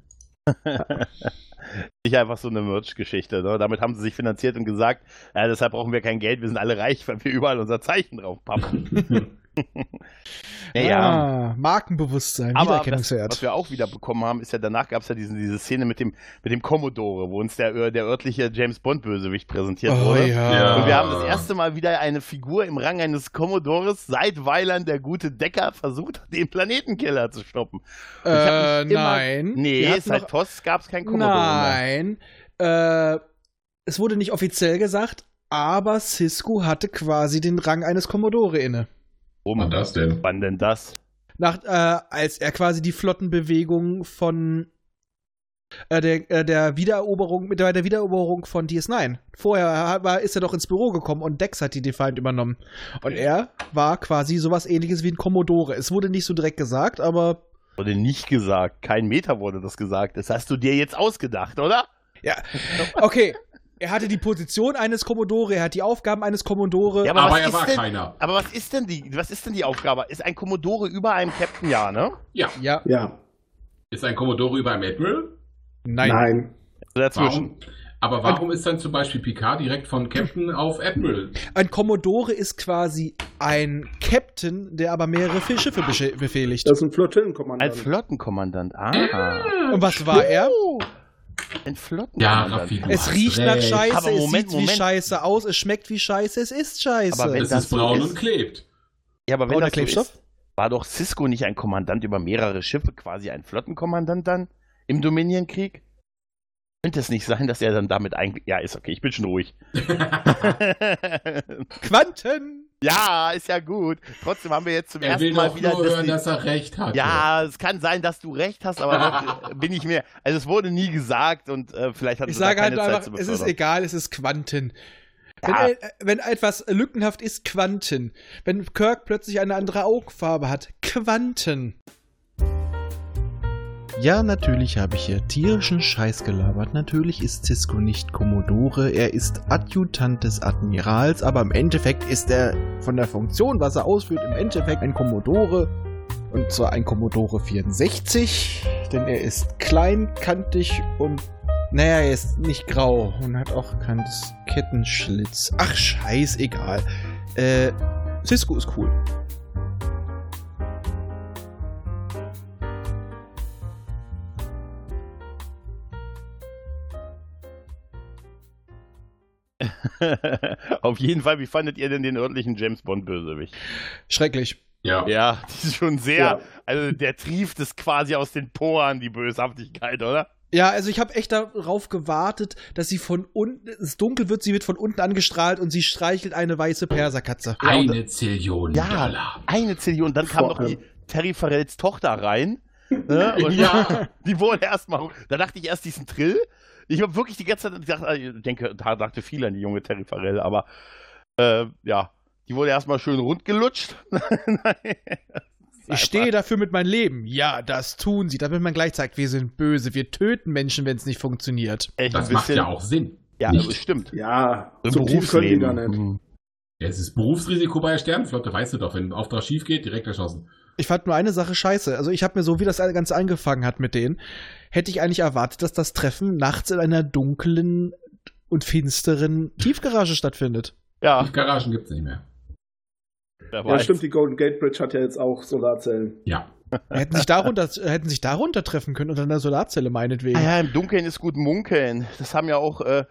Nicht einfach so eine Merch-Geschichte. Ne? Damit haben sie sich finanziert und gesagt, ja, deshalb brauchen wir kein Geld, wir sind alle reich, weil wir überall unser Zeichen drauf pappen. naja.
Ah, Markenbewusstsein,
Aber was,
Wiedererkennungswert.
was wir auch wieder bekommen haben, ist ja, danach gab es ja diesen, diese Szene mit dem, mit dem Commodore, wo uns der, äh, der örtliche James Bond-Bösewicht präsentiert
oh
wurde.
ja.
Und wir haben
Ah.
das erste Mal wieder eine Figur im Rang eines Commodores, seit Weiland der gute Decker versucht hat, den Planetenkiller zu stoppen. Und ich hab
Äh,
mich immer-
nein. Wir
Nee,
hatten
seit
noch-
TOS gab es keinen Commodore mehr.
Nein. Äh, es wurde nicht offiziell gesagt, aber Cisco hatte quasi den Rang eines Commodore inne.
Warum?
Wann das denn?
Wann denn das?
Nach, äh, als er quasi die Flottenbewegung von äh, der, äh, der Wiedereroberung, mit bei der Wiedereroberung von DS9. Vorher war, ist er doch ins Büro gekommen und Dex hat die Defiant übernommen. Und er war quasi sowas ähnliches wie ein Commodore. Es wurde nicht so direkt gesagt, aber
Wurde nicht gesagt. Kein Meter wurde das gesagt. Das hast du dir jetzt ausgedacht, oder?
Ja, okay. Er hatte die Position eines Commodore, er hat die Aufgaben eines Commodore.
Ja,
Aber,
was
er
ist
war
denn,
keiner.
Aber was ist denn die, was ist denn die Aufgabe? Ist ein Commodore über einem Captain, ja, ne?
Ja.
Ja,
Ja.
Ist ein Commodore über einem Admiral?
nein.
Nein.
So Dazwischen.
Warum? Aber warum ist dann zum Beispiel Picard direkt von Captain auf Admiral?
Ein Commodore ist quasi ein Captain, der aber mehrere Fi- Schiffe besche- befehligt.
Das ist ein
Ein
Flottillenkommandant.
Flottenkommandant. Ah.
Und was war er?
Ein
Ja,
Flottenkommandant.
Raffi, du
Es
hast
riecht nach
recht.
Scheiße,
Aber Moment,
es sieht wie
Moment.
Scheiße aus, es schmeckt wie Scheiße, es ist Scheiße.
Aber wenn-
Es ist
so
braun
ist.
und klebt.
ja, aber wenn
Brauner
das so
Klebstoff?
ist, war doch Cisco nicht ein Kommandant über mehrere Schiffe, quasi ein Flottenkommandant dann im Dominion-Krieg? Könnte es nicht sein, dass er dann damit eigentlich. Ja, ist okay, ich bin schon ruhig.
Quanten!
ja, ist ja gut. Trotzdem haben wir jetzt zum
Er
ersten
will
Mal
doch
wieder.
nur
dass
hören,
die-
dass er recht hat.
Ja, es kann sein, dass du recht hast, aber noch bin ich mir. Also es wurde nie gesagt und äh, vielleicht hat
Ich
es da
sage halt
keine
nur
Zeit
einfach,
zu
es ist
befördern.
egal, es ist Quanten. Wenn,
Ja.
e- wenn etwas lückenhaft ist, Quanten. Wenn Kirk plötzlich eine andere Augenfarbe hat, Quanten. Ja, natürlich habe ich hier tierischen Scheiß gelabert. Natürlich ist Cisco nicht Kommodore, er ist Adjutant des Admirals, aber im Endeffekt ist er von der Funktion, was er ausführt, im Endeffekt ein Kommodore. Und zwar ein Commodore 64, denn er ist klein, kantig und naja, er ist nicht grau und hat auch keinen Kettenschlitz. Ach, scheißegal. Äh, Cisco ist cool.
Auf jeden Fall, wie fandet ihr denn den örtlichen James Bond Bösewicht?
Schrecklich.
Ja.
Ja, das ist schon sehr.
Ja.
Also der trieft es quasi aus den Poren, die Böshaftigkeit, oder?
Ja, also ich habe echt darauf gewartet, dass sie von unten, es dunkel wird, sie wird von unten angestrahlt und sie streichelt eine weiße Perserkatze.
Eine Zillion
Ja.
Dollar.
Eine CD und dann kam
Vor
noch die
allem.
Terry Farrells Tochter rein. Ne? Und
Ja.
Die wurde erstmal. Da dachte ich erst diesen Trill. Ich habe wirklich die ganze Zeit gedacht, ah, ich denke, da dachte viel an die junge Terry Farrell, aber äh, ja, die wurde erstmal schön rund gelutscht.
Ich stehe dafür mit meinem Leben. Ja, das tun sie, damit man gleich zeigt, wir sind böse, wir töten Menschen, wenn es nicht funktioniert.
Echt
Das
ein
macht
bisschen,
ja auch Sinn.
Ja,
nicht.
das stimmt.
Ja,
Im
so tief können die da nicht.
Hm.
Berufsleben.
Es ist Berufsrisiko bei der Sternenflotte, weißt du doch. Wenn ein Auftrag schief geht, direkt erschossen.
Ich fand nur eine Sache scheiße. Also ich habe mir so, wie das Ganze angefangen hat mit denen, hätte ich eigentlich erwartet, dass das Treffen nachts in einer dunklen und finsteren Tiefgarage stattfindet.
Ja,
Die Garagen gibt's nicht mehr.
wer
Ja,
weiß.
stimmt, die Golden Gate Bridge hat ja jetzt auch Solarzellen.
Ja.
Hätten sich darunter, hätten sich darunter treffen können, unter einer Solarzelle meinetwegen.
Ah ja, im Dunkeln ist gut munkeln. Das haben ja auch äh,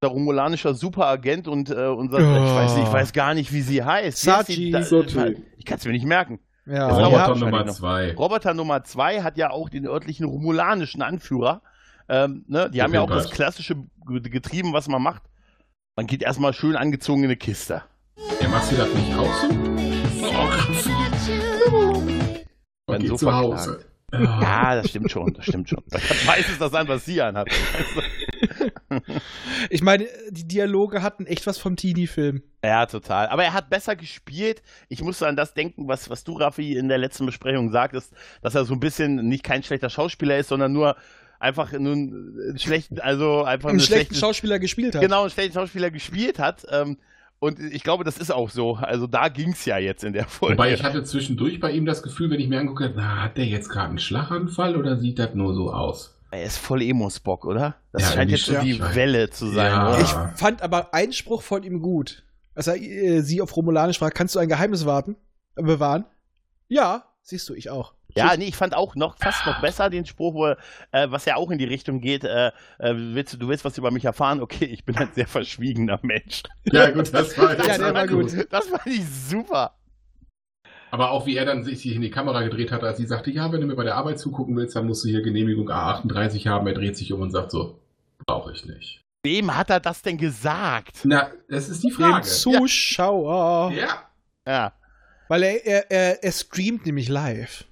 unser romulanischer Superagent und äh, unser,
Ja.
ich, weiß, nicht- ich weiß gar nicht, wie sie heißt. Wie heißt die?
Sachi.
Da-
Sachi.
Ich kann es mir nicht merken.
Ja,
Das
ja,
Roboter
wahrscheinlich
Nummer
noch.
2.
Roboter Nummer 2 hat ja auch den örtlichen romulanischen Anführer. Ähm, ne? Die haben ja auch das
Jedenfalls.
klassische Ge- getrieben, was man macht. Man geht erstmal schön angezogen in eine Kiste.
Ja, machst du das nicht auch so? Oh,
Werden
geht
so
zu Hause.
Ah.
Ja, das stimmt schon, das stimmt schon. Da kann meistens das an, was sie anhat.
ich meine, die Dialoge hatten echt was vom Teenie-Film.
Ja, total. Aber er hat besser gespielt. Ich musste an das denken, was, was du, Raffi, in der letzten Besprechung sagtest, dass er so ein bisschen nicht kein schlechter Schauspieler ist, sondern nur einfach nur einen schlechten, also einfach
Einen
eine
schlechten
schlechte-
Schauspieler gespielt hat.
Genau, einen schlechten Schauspieler gespielt hat. Ähm, und ich glaube, das ist auch so. Also da ging's ja jetzt in der Folge.
Wobei ich hatte zwischendurch bei ihm das Gefühl, wenn ich mir angucke, na, hat der jetzt gerade einen Schlaganfall oder sieht das nur so aus?
er ist voll Emo-Spock, oder? Das
Ja,
scheint
irgendwie
jetzt so
schon,
die
ich weiß.
Welle zu sein,
Ja.
oder?
Ich fand aber einen Spruch von ihm gut. Als er äh, sie auf Romulanisch fragt, kannst du ein Geheimnis warten, äh, bewahren? Ja, siehst du, ich auch.
Ja, nee, ich fand auch noch fast noch besser den Spruch, wo, er, äh, was ja auch in die Richtung geht, äh, äh, willst, du- du willst was über mich erfahren? Okay, ich bin ein sehr verschwiegener Mensch.
Ja, gut, das war, das
Ja, der war gut.
Das fand ich super.
Aber auch wie er dann sich in die Kamera gedreht hat, als sie sagte, ja, wenn du mir bei der Arbeit zugucken willst, dann musst du hier Genehmigung A38 haben. Er dreht sich um und sagt so, brauche ich nicht.
Wem hat er das denn gesagt?
Na, das ist die
Dem
Frage.
Zuschauer.
Ja.
Ja.
Weil er, er, er, er streamt nämlich live.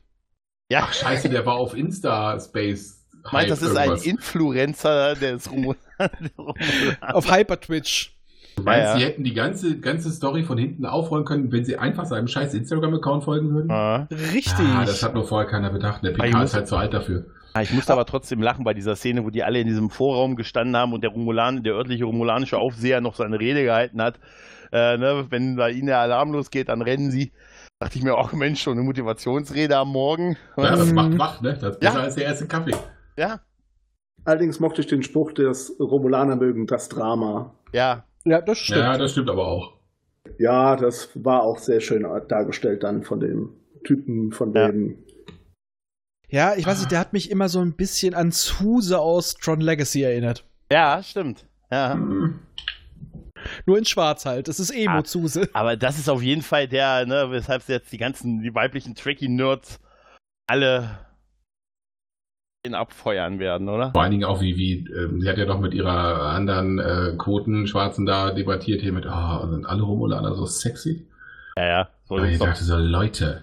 Ja,
Ach, scheiße, der war auf Insta-Space.
meint, das ist ein Influencer, der ist Romul.
Auf Hypertwitch.
Du meinst,
Ja, ja.
sie hätten die ganze, ganze Story von hinten aufrollen können, wenn sie einfach seinem scheiß Instagram-Account folgen würden?
Ah,
Richtig.
Ah, das hat nur vorher keiner bedacht. Der
ich
PK
muss-
ist halt zu alt dafür.
Ah, ich musste aber trotzdem lachen bei dieser Szene, wo die alle in diesem Vorraum gestanden haben und der Romulan, der örtliche romulanische Aufseher noch seine Rede gehalten hat. Äh, ne, wenn bei ihnen der Alarm losgeht, dann rennen sie. Dachte ich mir, auch Mensch, schon eine Motivationsrede am Morgen.
Ja, das
Mhm.
macht wach, ne? Das ist
Ja.
besser als der erste Kaffee.
Ja,
Allerdings mochte ich den Spruch, dass Romulaner mögen das Drama.
ja.
ja, das stimmt.
Ja, das stimmt aber auch.
Ja, das war auch sehr schön dargestellt dann von dem Typen, von
Ja.
dem.
Ja, ich weiß nicht, der hat mich immer so ein bisschen an Zuse aus Tron Legacy erinnert.
Ja, stimmt. Ja.
Nur in Schwarz halt. Das ist Emo
Ah.
Zuse.
Aber das ist auf jeden Fall der, ne, weshalb jetzt die ganzen, die weiblichen Trekkie-Nerds alle ihn abfeuern werden, oder?
Vor allen Dingen auch wie, wie ähm, sie hat ja doch mit ihrer anderen äh, Quoten Schwarzen da debattiert hier mit, ah, sind alle Romulaner so sexy?
Ja, ja. So
Und ich
ist Oh, doch.
dachte so, Leute,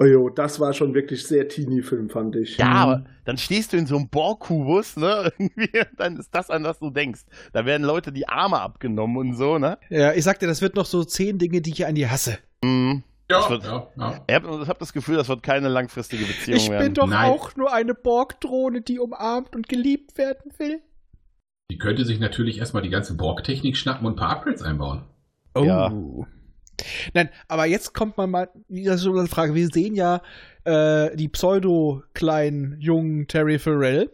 Oh jo, das war schon wirklich sehr Teenie-Film, fand ich.
Mhm.
Ja, aber dann stehst du in so einem Bohrkubus, ne? Irgendwie, und dann ist das, an das du denkst. Da werden Leute die Arme abgenommen und so, ne?
Ja, ich sag dir, das wird noch so zehn Dinge, die ich an dir hasse.
Mhm. Das
ja,
wird-
ja, ja.
Ich habe hab das Gefühl, das wird keine langfristige Beziehung
ich
werden.
bin doch
Nein.
auch nur eine Borg-Drohne, die umarmt und geliebt werden will.
Die könnte sich natürlich erstmal die ganze Borg-Technik schnappen und ein paar Upgrades einbauen.
Oh.
Ja.
Nein, aber jetzt kommt man mal wieder so eine Frage. Wir sehen ja äh, die pseudo-kleinen, jungen Terry Farrell.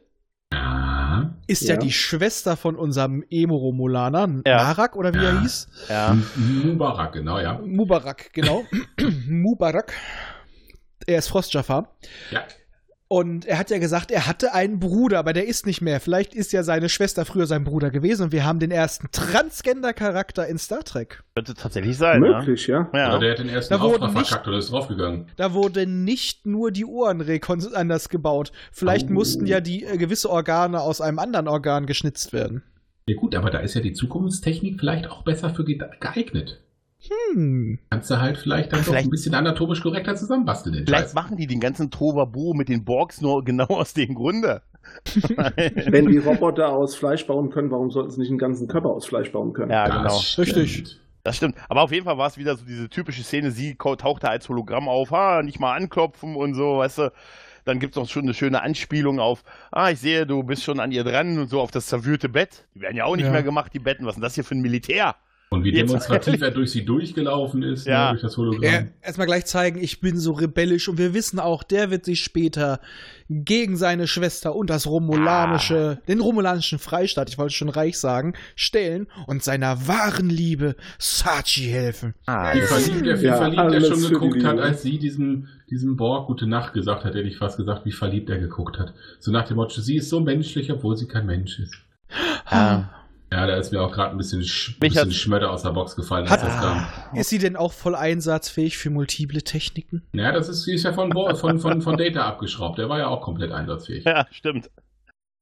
Ja.
Ist ja,
Ja.
die Schwester von unserem Emo-Romulaner,
Ja.
Narak oder wie er
Ja.
hieß.
ja.
Mubarak, genau, ja.
Mubarak, genau. Mubarak. Er ist Frostjafar.
Ja,
Und er hat ja gesagt, er hatte einen Bruder, aber der ist nicht mehr. Vielleicht ist ja seine Schwester früher sein Bruder gewesen und wir haben den ersten Transgender-Charakter in Star Trek.
Könnte tatsächlich sein, ne?
Hm. Möglich, ja.
Oder
Ja.
der hat den ersten
Da wurden
Auftrag
nicht-
verkackt oder ist draufgegangen.
Da wurde nicht nur die Ohren rekon- anders gebaut. Vielleicht
Oh.
mussten ja die äh, gewisse Organe aus einem anderen Organ geschnitzt werden.
Ja gut, aber da ist ja die Zukunftstechnik vielleicht auch besser für ge- geeignet.
Hm.
Kannst du halt vielleicht dann doch
Vielleicht-
ein bisschen anatomisch korrekter zusammenbasteln, den
Vielleicht
Scheiß.
machen die den ganzen Tobabo mit den Borgs nur genau aus dem Grunde.
Wenn die Roboter aus Fleisch bauen können, warum sollten sie nicht einen ganzen Körper aus Fleisch bauen können?
ja,
Das
genau.
stimmt.
Richtig.
Das stimmt. Aber auf jeden Fall war es wieder so diese typische Szene, sie ko- tauchte als Hologramm auf, ha, nicht mal anklopfen und so, weißt du. Dann gibt es auch schon eine schöne Anspielung auf, ah, ich sehe, du bist schon an ihr dran und so auf das zerwühlte Bett. Die werden ja auch nicht
Ja.
mehr gemacht, die Betten. Was ist denn das hier für ein Militär?
Und wie
Jetzt-
demonstrativ er durch sie durchgelaufen ist,
Ja.
ne, durch das Hologramm.
Ja, erstmal gleich zeigen, ich bin so rebellisch und wir wissen auch, der wird sich später gegen seine Schwester und das
Ah.
romulanische, den romulanischen Freistaat, ich wollte schon reich sagen, stellen und seiner wahren Liebe Sachi helfen.
Ah,
Wie verliebt er, wie
Ja,
verliebt er
alles
schon
für die
geguckt hat,
Liebe.
als sie diesem, diesem Borg gute Nacht gesagt hat, hätte ich fast gesagt, wie
Ah.
verliebt er geguckt hat. So nach dem Motto, sie ist so menschlich, obwohl sie kein Mensch ist. Ja, da ist mir auch gerade ein bisschen, sch
Mich
bisschen
hat's-
Schmötter aus der Box gefallen, als
Hat-
das kam.
Hm. Ist sie denn auch voll einsatzfähig für multiple Techniken?
Naja, das ist, die ist ja von, Bo- von, von, von Data abgeschraubt. Der war ja auch komplett einsatzfähig.
Ja, stimmt.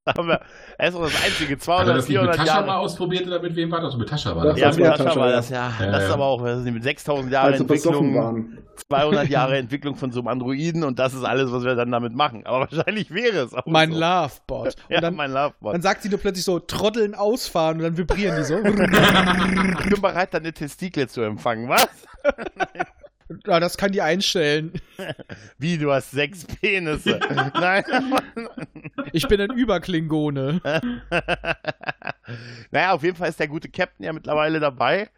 Da haben wir, er ist auch das
Hat
einzige,
er
200,
das nicht mit
400
Tascha mal
Jahre.
ausprobiert oder mit wem war das? Mit Tascha war
Ja,
das.
Ja,
Das
mit
war
Tascha
Tascha,
war
ja.
das, ja.
Ja,
Das ist
ja.
aber auch, das ist mit 6000 Jahren
als sie besoffen
Entwicklung,
waren.
200 Jahre Entwicklung von so einem Androiden und das ist alles, was wir dann damit machen. Aber wahrscheinlich wäre es auch
Mein
so.
Lovebot. Und
Ja,
dann,
mein Lovebot.
dann sagt sie nur plötzlich so, Trotteln ausfahren und dann vibrieren die so.
Ich bin bereit, deine Testikel zu empfangen, was?
ja, das kann die einstellen.
Wie, du hast sechs Penisse? Nein.
Ich bin ein Überklingone.
naja, auf jeden Fall ist der gute Captain ja mittlerweile dabei,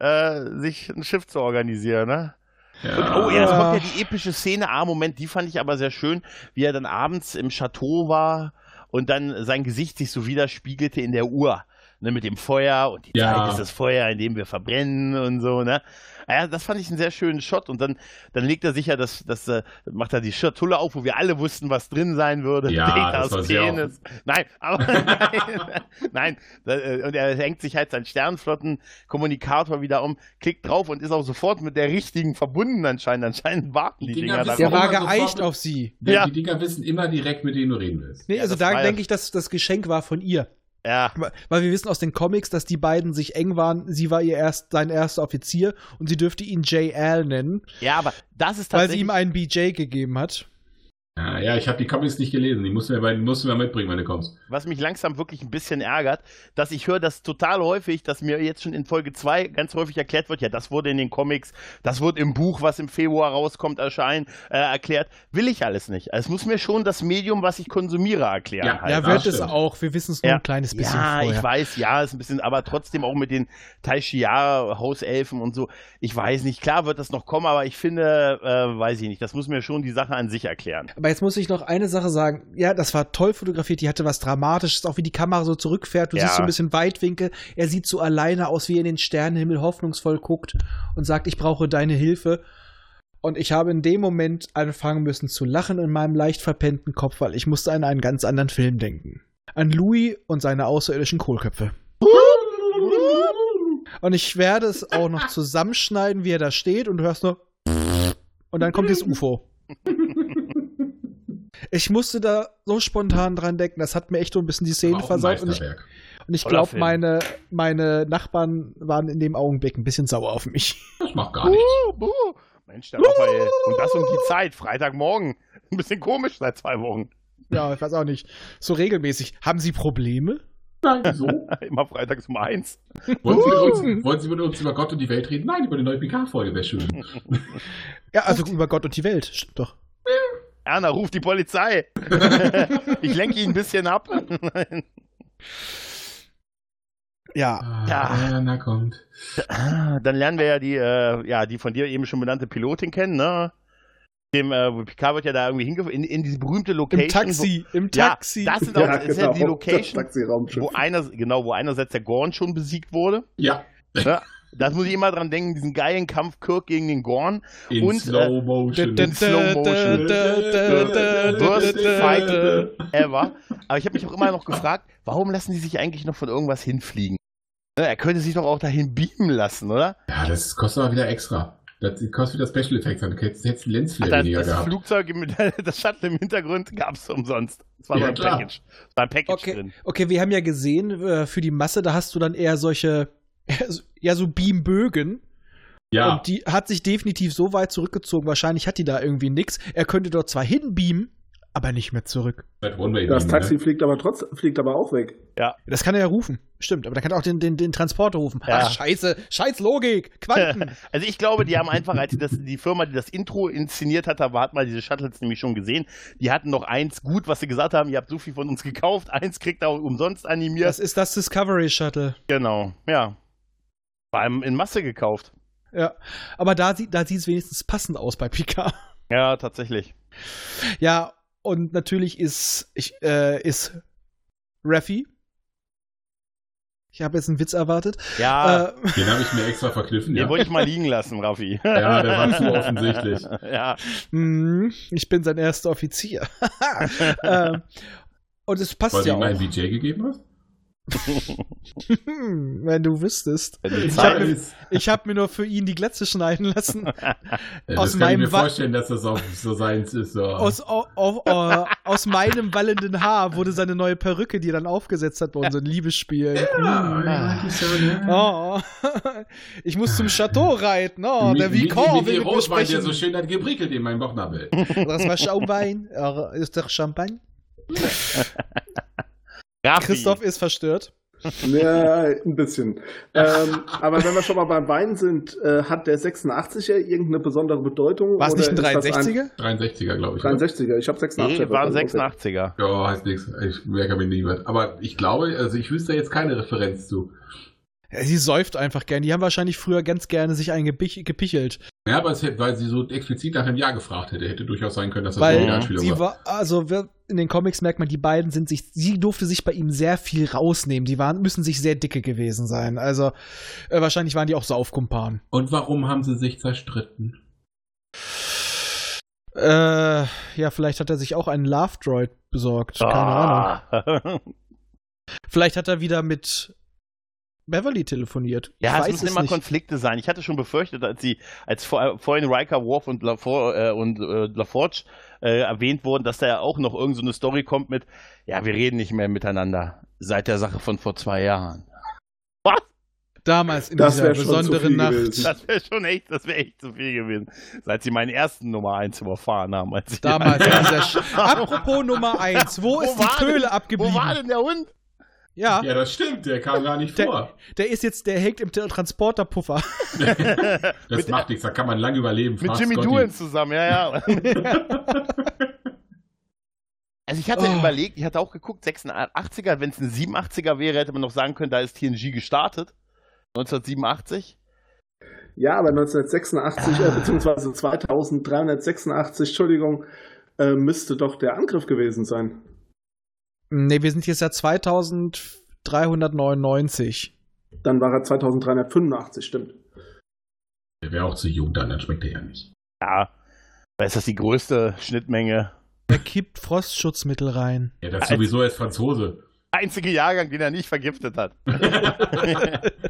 äh, sich ein Schiff zu organisieren, ne?
Ja.
Oh ja, da
Ah.
kommt ja die epische Szene. Ah, Moment, die fand ich aber sehr schön, wie er dann abends im Chateau war und dann sein Gesicht sich so widerspiegelte in der Uhr. Ne, mit dem Feuer und die
Ja.
Zeit ist das Feuer, in dem wir verbrennen und so, ne? Ja, das fand ich einen sehr schönen Shot und dann, dann legt er sicher, dass, dass äh, macht er die Schatulle auf, wo wir alle wussten, was drin sein würde.
Ja,
Legt er
das
aus
war sehr
Penis. Nein, aber nein, nein, da, äh, und er hängt sich halt seinen Sternflotten Kommunikator wieder um, klickt drauf und ist auch sofort mit der richtigen verbunden anscheinend. Anscheinend warten die
Die
Dinger
Dinger
da.
wissen-
Der
drauf.
war
Warum man
geeicht
sofort-
auf sie.
Denn
Ja.
Die Dinger wissen immer direkt, mit denen du reden willst.
Nee,
Ja,
also
das war
da
ja-
denke ich, dass das Geschenk war von ihr.
Ja,
Weil wir wissen aus den Comics, dass die beiden sich eng waren. Sie war ihr erst, sein erster Offizier und sie dürfte ihn JL nennen,
ja, aber das ist
weil sie
tatsächlich.
ihm einen BJ gegeben hat.
Ja, ja ich habe die Comics nicht gelesen. Die musst du mir, bei- musst du mir mitbringen, wenn du kommst.
was mich langsam wirklich ein bisschen ärgert, dass ich höre das total häufig, dass mir jetzt schon in Folge 2 ganz häufig erklärt wird, ja, das wurde in den Comics, das wurde im Buch, was im Februar rauskommt, erscheinen, äh, erklärt. Will ich alles nicht. Es muss mir schon das Medium, was ich konsumiere, erklären.
Ja,
halt.
Ja,
das
wird es
stimmt.
auch. Wir wissen es nur
Ja.
ein kleines bisschen
ja,
vorher.
ich weiß, ja, ist ein bisschen, aber trotzdem auch mit den Taishia, Hauselfen und so. Ich weiß nicht, klar wird das noch kommen, aber ich finde, äh, weiß ich nicht, das muss mir schon die Sache an sich erklären.
Aber jetzt muss ich noch eine Sache sagen. Ja, das war toll fotografiert. Die hatte was Dramatisches, auch wie die Kamera so zurückfährt. Du
Ja.
siehst so ein bisschen Weitwinkel. Er sieht so alleine aus, wie er in den Sternenhimmel hoffnungsvoll guckt und sagt, ich brauche deine Hilfe. Und ich habe in dem Moment anfangen müssen zu lachen in meinem leicht verpennten Kopf, weil ich musste an einen ganz anderen Film denken. An Louis und seine außerirdischen Kohlköpfe. Und ich werde es auch noch zusammenschneiden, wie er da steht und du hörst nur und dann kommt das UFO. Ich musste da so spontan dran denken, das hat mir echt so ein bisschen die Szene
Aber auch ein
versaut und ich,
Meisterwerk.
und ich
Toller
glaube,
Film.
meine, meine Nachbarn waren in dem Augenblick ein bisschen sauer auf mich.
Das macht gar nichts.
Buh, buh. Mensch, der Raphael. Und das um die Zeit, Freitagmorgen. Ein bisschen komisch seit zwei Wochen.
Ja, ich weiß auch nicht. So regelmäßig. Haben Sie Probleme?
Nein, wieso?
Immer freitags um eins.
Wollen Sie, mit uns,
Uh.
wollen Sie mit uns über Gott und die Welt reden? Nein, über die neue PK-Folge wäre schön.
Ja, also über Gott und die Welt. Stimmt doch.
Erna, ruf die Polizei. ich lenke ihn ein bisschen ab.
Ja.
Ah,
Ja.
Na, kommt.
Ah, Dann lernen wir ja die, äh, ja, die von dir eben schon benannte Pilotin kennen, ne? Dem, äh, Picard wird ja da irgendwie hingefahren, in, in diese berühmte
Im
Location. wo-
Taxi. Im
Ja,
Taxi.
das sind auch
Ja,
das ist ja
genau.
die Location,
Taxiraumschiff.
wo einer, genau, wo einerseits der Gorn schon besiegt wurde.
Ja,
Ne? Das muss ich immer dran denken, diesen geilen Kampf Kirk gegen den Gorn.
in
Und, äh,
Slow Motion.
in Slow Motion. Worst fight
Fight.
ever. Aber ich habe mich auch immer noch gefragt, warum lassen die sich eigentlich noch von irgendwas hinfliegen? Ne, Er könnte sich doch auch dahin beamen lassen, oder?
Ja, das kostet aber wieder extra. Das kostet wieder Special Effects. Dann hättest du hättest du Lens
Ach,
wieder
das,
weniger
das
gehabt.
Flugzeug, im, das Shuttle im Hintergrund gab es umsonst. Das war
Ja,
so ein
klar.
Package. Das war ein Package
Okay,
drin.
okay, wir haben ja gesehen, äh, für die Masse, da hast du dann eher solche, ja, so Beambögen.
Ja,
Und die hat sich definitiv so weit zurückgezogen. Wahrscheinlich hat die da irgendwie nix. Er könnte dort zwar hinbeamen, aber nicht mehr zurück.
das One-Way.
das Taxi fliegt aber trotz fliegt aber auch weg.
Das kann er ja rufen. Stimmt, aber da kann er auch den, den, den Transporter rufen.
Ja.
Ach, scheiße. Scheiß Logik. Quanten.
Also ich glaube, die haben einfach, als die, das, die Firma, die das Intro inszeniert hat, da war- hat mal diese Shuttles nämlich schon gesehen, die hatten noch eins gut, was sie gesagt haben, ihr habt so viel von uns gekauft, eins kriegt ihr auch umsonst animiert.
Das ist das Discovery Shuttle.
genau, ja. Vor allem in Masse gekauft.
Ja. Aber da sieht da sieht es wenigstens passend aus bei Picard.
Ja, tatsächlich.
Ja, und natürlich ist, ich, äh, ist Raffi. Ich habe jetzt einen Witz erwartet.
Ja,
Äh,
Den habe ich mir extra verkniffen.
den
Ja.
wollte ich mal liegen lassen, Raffi.
Ja, der war zu offensichtlich.
Ja,
mh, hm, ich bin sein erster Offizier. äh, und es passt
Weil du
ja
ihm einen
auch.
BJ gegeben hast?
Hm, Wenn du wüsstest.
Die
Ich
Zeit
habe
ist
mir,
Äh,
ich hab mir nur für ihn die Glätze schneiden lassen.
Ja,
Aus
das kann ich mir
meinem Wa-
vorstellen, dass das auch so seins ist. So.
Aus, au, au, au, aus meinem wallenden Haar wurde seine neue Perücke, die er dann aufgesetzt hat bei unseren Liebesspielen.
Ah,
Ah.
ja, ja,
Oh. Ich muss zum Chateau reiten. Oh,
Mit-
der
mit-
Vicomte
mit
will
dem
mit mir
Rotwein, der so
sprechen.
schön hat geprickelt in meinem Bauchnabel.
Das war Schaumwein. Ja, Ist doch Champagne.
Raffi.
Christoph ist verstört.
Ja, ein bisschen. ähm, aber wenn wir schon mal beim Wein sind, äh, hat der 86er irgendeine besondere Bedeutung?
War es nicht ein
oder ist das
63er?
63er, glaube ich.
63er, ich habe 86er.
Nee, war ein
verstanden.
86er.
Ja, heißt nichts. Ich merke mir nicht was. Aber ich glaube, also ich wüsste jetzt keine Referenz zu.
Ja, Sie säuft einfach gern. Die haben wahrscheinlich früher ganz gerne sich einen gepich gepichelt.
Ja, aber es hätte, weil sie so explizit nach einem Jahr gefragt hätte, hätte durchaus sein können, dass das so
Weil
eine Anspielung
sie
war.
war, also wir- in den Comics merkt man, die beiden sind sich, sie durfte sich bei ihm sehr viel rausnehmen. Die waren, müssen sich sehr dicke gewesen sein. Also äh, wahrscheinlich waren die auch Saufkumpan.
Und warum haben sie sich zerstritten?
Äh, ja, vielleicht hat er sich auch einen Love Droid besorgt. Keine
Ah.
Ahnung.
Ahnung.
Vielleicht hat er wieder mit Beverly telefoniert.
Ja,
ich
es
weiß
müssen
es
immer
nicht.
Konflikte sein. Ich hatte schon befürchtet, als sie, als vor, vorhin Riker, Worf und LaForge äh, und, äh, LaForge, äh, erwähnt wurden, dass da ja auch noch irgendeine so eine Story kommt mit, ja, wir reden nicht mehr miteinander. Seit der Sache von vor zwei Jahren.
Damals in
Das
dieser
wär schon zu
besonderen
viel
Nacht.
gewesen.
Das wäre schon echt, das wäre echt zu viel gewesen. Seit sie meinen ersten Nummer 1 überfahren haben. Als ich
Damals in dieser Sch Apropos Nummer eins. Wo, ist die
war denn-
Köhle
Wo
abgeblieben?
war denn der Hund?
Ja,
Ja, das stimmt, der kam gar nicht
Der-
vor.
der ist jetzt, der hängt im Tra- Transporterpuffer.
Das macht nichts, da kann man lange überleben.
Mit
fragt
Jimmy
Scotty.
Doohan zusammen, ja, ja. Also ich hatte
Oh.
überlegt, ich hatte auch geguckt, 86er, wenn es ein 87er wäre, hätte man noch sagen können, da ist TNG gestartet. 1987.
Ja, aber 1986 äh, bzw. 2386, Entschuldigung, äh, müsste doch der Angriff gewesen sein.
Hm, nee, wir sind jetzt ja 2399.
Dann war er 2385, stimmt.
Der wäre auch zu jung dann, dann schmeckt er ja nicht.
Ja. Da ist das die größte Schnittmenge.
Er kippt Frostschutzmittel rein.
Ja, das sowieso als Franzose.
Einziger Jahrgang, den er nicht vergiftet hat.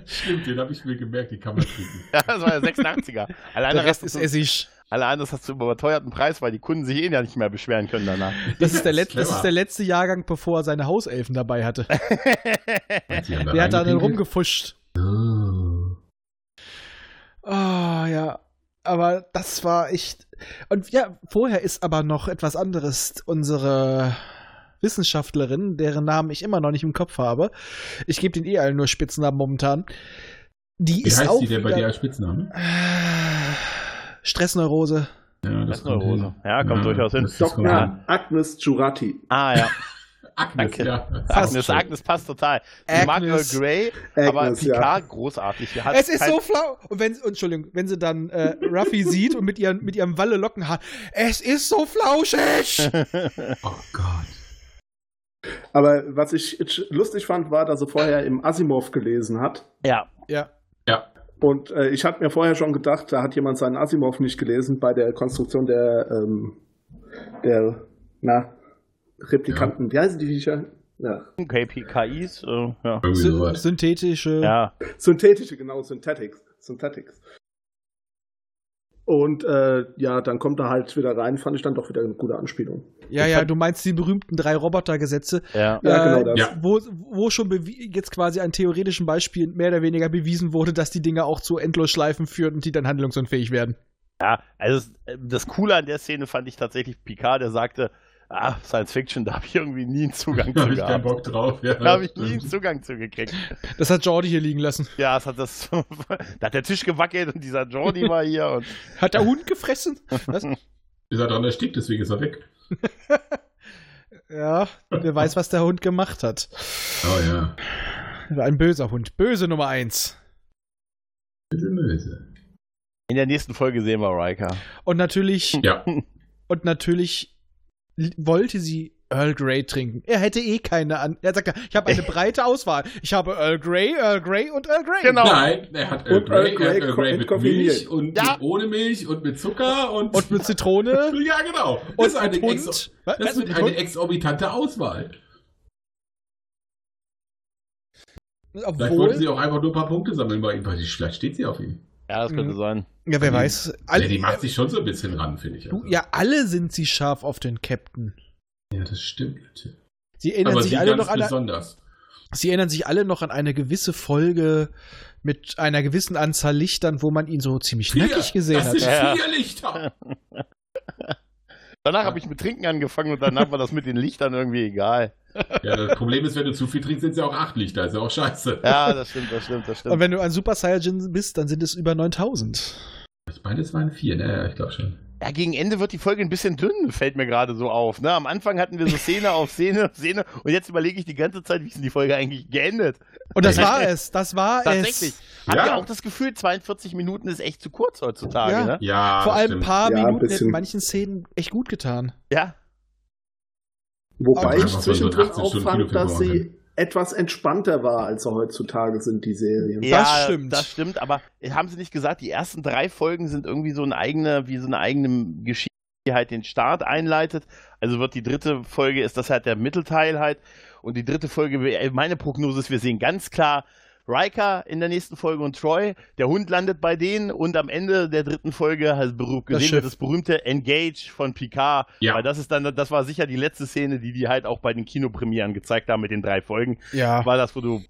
Stimmt, den habe ich mir gemerkt, die kann man trinken.
Ja, das war der 86er. Allein
Der
das
Rest
hast
ist
du-
Essig.
allein das hast du überteuerten Preis, weil die Kunden sich eh ja nicht mehr beschweren können danach.
Das ist, der
Das
Let
ist
das ist
clever.
der letzte Jahrgang, bevor er seine Hauselfen dabei hatte.
Sie haben da
Der hat da dann
reingepinkelt.
rumgefuscht.
Oh.
Ah, ja. Aber das war echt. Und ja, vorher ist aber noch etwas anderes. Unsere Wissenschaftlerin, deren Namen ich immer noch nicht im Kopf habe. Ich gebe den eh allen nur Spitznamen momentan. Die
Wie
ist
heißt
auch
die denn bei
wieder- Ah,
dir als Spitzname?
Stressneurose.
Ja,
Das ist eine Rose. Ja, kommt durchaus hin.
das- das
Dr.
kommt hin.
Agnes Jurati.
Ah ja,
Agnes,
Danke.
ja.
Agnes,
Passt
Agnes passt total.
Agnes.
Agnes. Manuel Grey, aber
Agnes,
Picard
ja.
großartig. Sie hat
Es ist
kein-
so flau. Und wenn, und Entschuldigung, wenn sie dann äh, Ruffy sieht und mit, ihren, mit ihrem Walle Lockenhaar. Es ist so flauschig!
Oh Gott.
Aber was ich jetzt lustig fand, war, dass er vorher im Asimov gelesen hat.
Ja,
ja.
Ja,
Und äh, ich hatte mir vorher schon gedacht, da hat jemand seinen Asimov nicht gelesen bei der Konstruktion der, ähm, der na, Replikanten. Wie heißen die Viecher? Ja.
KPKIs, äh, ja.
irgendwie
Sy
sowas.
synthetische.
Ja,
Synthetische, genau, Synthetics. Synthetics. Und äh, ja, dann kommt er halt wieder rein, fand ich dann doch wieder eine gute Anspielung.
ja, ja, du meinst die berühmten drei Robotergesetze,
ja.
Ja,
Äh,
genau das.
ja.
wo, wo schon bewi- jetzt quasi an theoretischen Beispielen mehr oder weniger bewiesen wurde, dass die Dinge auch zu Endlosschleifen führen und die dann handlungsunfähig werden.
ja. Also das- das Coole an der Szene fand ich tatsächlich Picard, der sagte, ah, Science Fiction, da habe ich irgendwie nie einen Zugang
Da
zu
habe ich keinen
gehabt.
Bock drauf. Ja,
Da habe ich nie einen Zugang zu gekriegt.
Das hat Jordi hier liegen lassen.
Ja, es hat das, da hat der Tisch gewackelt und dieser Jordi war hier und
Hat der Hund gefressen? Was?
Ist er dran erstickt, deswegen ist er weg.
Ja, wer weiß, was der Hund gemacht hat.
Oh ja.
Ein böser Hund. Böse Nummer eins.
Böse, böse.
in der nächsten Folge sehen wir Riker.
Und natürlich,
Ja,
Genau.
und natürlich l- wollte sie Earl Grey trinken. Er hätte eh keine an. Er sagt, ja, ich habe eine breite Auswahl. Ich habe Earl Grey, Earl Grey und Earl Grey.
Genau.
nein, er hat Earl
äh,
Und Earl
Grey, er hat Earl
Grey
Grey
ko-
mit
kombiniert.
Milch und
Ja.
mit ohne Milch und mit Zucker und...
Und mit Zitrone.
ja, genau.
Und
Das ist eine,
mit Hund.
Exo
Was?
das ist
Mit
eine
Hund?
exorbitante Auswahl. Vielleicht wollte
Obwohl,
sie auch einfach nur ein paar Punkte sammeln bei ihm, weil sie- vielleicht steht sie auf ihn.
Ja, das könnte sein.
ja, wer weiß.
Ja,
Alle,
die macht sich schon so ein bisschen ran, finde ich.
du,
Also.
ja, alle sind sie scharf auf den Captain.
ja, das stimmt.
Sie erinnern
Aber
sich
sie
alle
ganz
noch an,
besonders.
Sie erinnern sich alle noch an eine gewisse Folge mit einer gewissen Anzahl Lichtern, wo man ihn so ziemlich nackig gesehen
das
hat.
sind
Ja.
vier Lichter.
Danach habe ich mit Trinken angefangen und danach war das mit den Lichtern irgendwie egal.
Ja, das Problem ist, wenn du zu viel trinkst, sind es ja auch acht Lichter. Ist ja auch scheiße.
Ja, das stimmt, das stimmt, das
Und
stimmt.
wenn du ein Super Saiyajin bist, dann sind es über 9000.
Ich meine, es waren vier. Ne? Ja, ich glaube schon.
Ja, gegen Ende wird die Folge ein bisschen dünn, fällt mir gerade so auf. Ne? Am Anfang hatten wir so Szene auf Szene auf Szene und jetzt überlege ich die ganze Zeit, wie ist denn die Folge eigentlich geendet?
Und das war es, das war
Tatsächlich.
es.
Habt
Ja.
ihr auch das Gefühl, 42 Minuten ist echt zu kurz heutzutage,
Ja.
ne?
Ja,
Vor
das
allem ein
stimmt.
paar
Ja, ein
Minuten hätten
bisschen.
manchen Szenen echt gut getan.
Ja.
Wobei
Aber
ich
einfach so
zwischendrin
18
auch
Stunden
fand,
Kinofilm
dass
machen
sie etwas entspannter war, als sie heutzutage sind, die Serien.
Ja,
Das stimmt.
Das stimmt, aber äh, haben sie nicht gesagt, die ersten drei Folgen sind irgendwie so ein eigener, wie so eine eigene Geschichte, die halt den Start einleitet. Also wird die dritte Folge, ist das halt der Mittelteil halt. Und die dritte Folge, wir- äh, meine Prognose ist, wir sehen ganz klar Riker in der nächsten Folge und Troy. Der Hund landet bei denen und am Ende der dritten Folge halt berüh-
Das
sehen wir
Schiff.
das berühmte Engage von Picard.
Ja.
Weil das ist dann, das war sicher die letzte Szene, die die halt auch bei den Kinopremieren gezeigt haben mit den drei Folgen
Ja.
war das, wo du,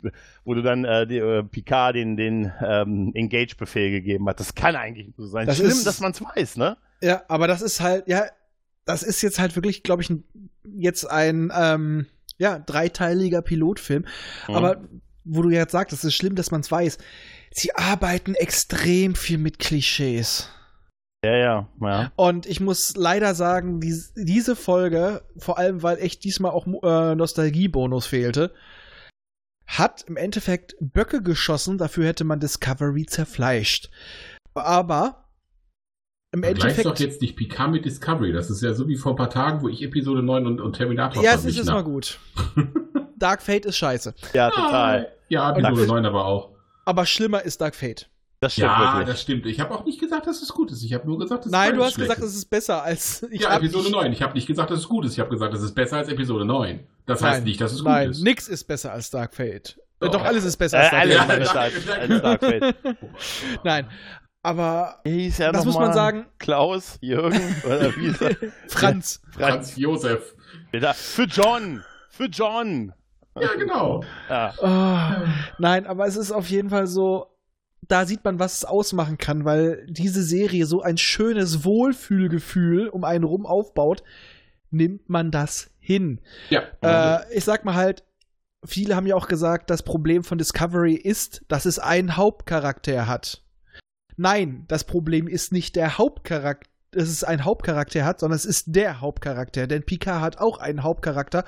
wo du dann äh, die, äh, Picard den, den ähm, Engage-Befehl gegeben hast. Das kann eigentlich nicht so sein.
Das
Schlimm,
ist-
dass man es weiß, ne?
Ja, aber das ist halt, ja, das ist jetzt halt wirklich, glaube ich, ein- jetzt ein, ähm, ja, dreiteiliger Pilotfilm.
Mhm.
Aber wo du jetzt sagst, es ist schlimm, dass man es weiß. Sie arbeiten extrem viel mit Klischees.
Ja, ja, ja.
Und ich muss leider sagen, dies, diese Folge, vor allem weil echt diesmal auch äh, Nostalgiebonus fehlte, hat im Endeffekt Böcke geschossen, dafür hätte man Discovery zerfleischt. Aber im
Vergleich doch
Endeffekt.
jetzt nicht Picard mit Discovery. Das ist ja so wie vor ein paar Tagen, wo ich Episode 9 und, und Terminator
Ja, es ist
verglichen
jetzt mal
hab.
gut. Dark Fate ist scheiße.
Ja, total.
Ah, Ja, Episode 9 aber auch.
Aber schlimmer ist Dark Fate.
Das stimmt
Ja,
wirklich.
das stimmt. Ich habe auch nicht gesagt, dass es gut ist. Ich habe nur gesagt, dass
Nein,
es
du hast gesagt,
dass
es ist besser als. Ich
Ja,
hab-
Episode 9. Ich habe nicht gesagt, dass es gut ist. Ich habe gesagt, es ist besser als Episode 9. Das heißt
Nein,
nicht, dass es gut
Nein,
ist.
nix ist besser als Dark Fate. Äh, Doch,
Doch.
Doch alles ist besser
äh,
als Dark
alles
Fate.
Ja, danke,
mal als,
danke.
als Dark Fate.
Nein. Aber
Wie hieß er
das
noch
muss man
mal?
sagen,
Klaus, Jürgen, oder wie ist er?
Franz.
Franz.
Franz Josef.
Bitte. Für John! Für John!
Ja, genau.
Ja.
Ah, nein, aber es ist auf jeden Fall so, da sieht man, was es ausmachen kann, weil diese Serie so ein schönes Wohlfühlgefühl um einen rum aufbaut, nimmt man das hin.
Ja.
Äh, ich sag mal halt, viele haben ja auch gesagt, das Problem von Discovery ist, dass es einen Hauptcharakter hat. Nein, das Problem ist nicht der Hauptcharakter. Dass es einen Hauptcharakter hat, sondern es ist der Hauptcharakter. Denn Picard hat auch einen Hauptcharakter.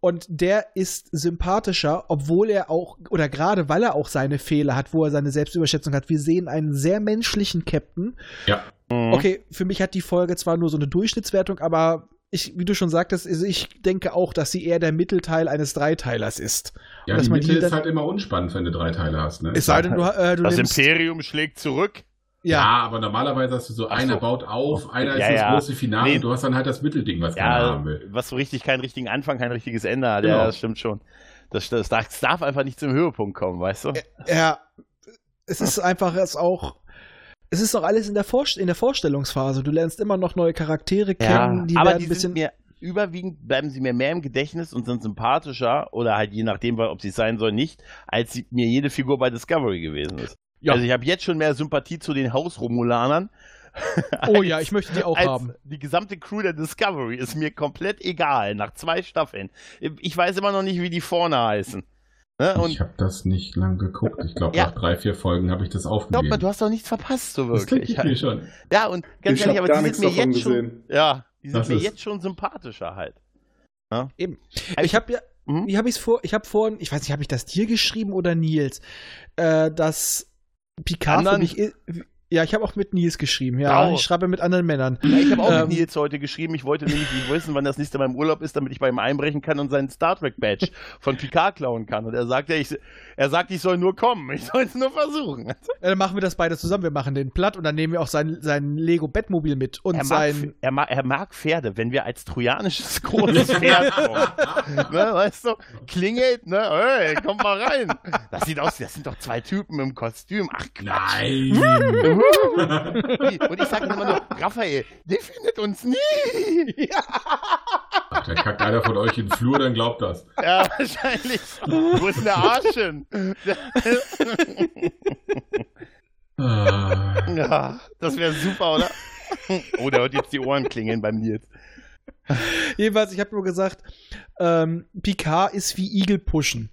Und der ist sympathischer, obwohl er auch, oder gerade weil er auch seine Fehler hat, wo er seine Selbstüberschätzung hat. Wir sehen einen sehr menschlichen Captain,
Mhm.
Okay, für mich hat die Folge zwar nur so eine Durchschnittswertung, aber ich, wie du schon sagtest, also ich denke auch, dass sie eher der Mittelteil eines Dreiteilers ist.
ja,
dass
die
man die
Mitte ist
dann-
halt immer unspannend, wenn du drei Teile hast. Ne?
Es sei denn, du, äh, du
Das
nimmst.
Imperium schlägt zurück.
Ja.
Ja,
aber normalerweise hast du so,
Ach
einer
so.
baut auf, einer
Ja,
ist
ja.
das große Finale
Nee.
und du hast dann halt das Mittelding, was keiner
Ja,
haben will.
was so richtig keinen richtigen Anfang, kein richtiges Ende hat.
Genau.
Ja, das stimmt schon. Das, das, darf- das darf einfach nicht zum Höhepunkt kommen, weißt du?
ja. Es ist einfach es auch. Es ist doch alles in der, Vorst in der Vorstellungsphase. Du lernst immer noch neue Charaktere kennen, die
aber
werden
die
ein bisschen.
sind mir überwiegend bleiben sie mir mehr im Gedächtnis und sind sympathischer oder halt je nachdem, ob sie es sein sollen, nicht, als sie- mir jede Figur bei Discovery gewesen ist.
Ja.
Also ich habe jetzt schon mehr Sympathie zu den Hausromulanern.
oh ja, ich möchte die auch
als
haben.
Die gesamte Crew der Discovery ist mir komplett egal, nach zwei Staffeln. Ich weiß immer noch nicht, wie die vorne heißen. Ne? Und
ich habe das nicht lang geguckt. Ich glaube,
Ja.
nach drei, vier Folgen habe ich das aufgegeben.
glaub mal, du hast doch nichts verpasst, so
das denke
wirklich. halt
ich mir schon.
Ja, und ganz
ich
ehrlich,
habe gar
aber die
nichts
sind mir
davon
jetzt schon,
gesehen.
ja, die sind
Das
mir
ist-
jetzt schon sympathischer halt.
Eben. Ich habe ja,
Mhm.
wie habe ich es vor, ich habe vorhin, ich weiß nicht, habe ich das dir geschrieben oder Nils, äh, dass Picard für
Anderen?
mich, i- Ja, ich habe auch mit Nils geschrieben. Ja,
Au.
ich schreibe mit anderen Männern.
Ja, ich habe auch
Ähm.
mit Nils heute geschrieben. Ich wollte nämlich nicht wissen, wann das nächste Mal im Urlaub ist, damit ich bei ihm einbrechen kann und seinen Star Trek Badge von Picard klauen kann. Und er sagt, ja, ich, er sagt, ich soll nur kommen. Ich soll es nur versuchen. Also
Ja, dann Äh, machen wir das beide zusammen. Wir machen den platt und dann nehmen wir auch sein, sein Lego Bettmobil mit und
Er mag,
sein.
er, mag, er mag Pferde, wenn wir als trojanisches großes Pferd kommen. ne, weißt du, klingelt, ne, hey, komm mal rein. Das sieht aus, das sind doch zwei Typen im Kostüm. Ach, Quatsch.
Nein.
Und ich sage immer nur, Raphael, der findet uns nie.
Ach, da kackt einer von euch in den Flur, dann glaubt das.
Ja, wahrscheinlich. Wo ist denn der Arsch hin?
Ah.
Ja, das wäre super, oder? Oh, der hört jetzt die Ohren klingeln beim Nils.
Jedenfalls, ich habe nur gesagt, ähm, Picard ist wie Igel pushen.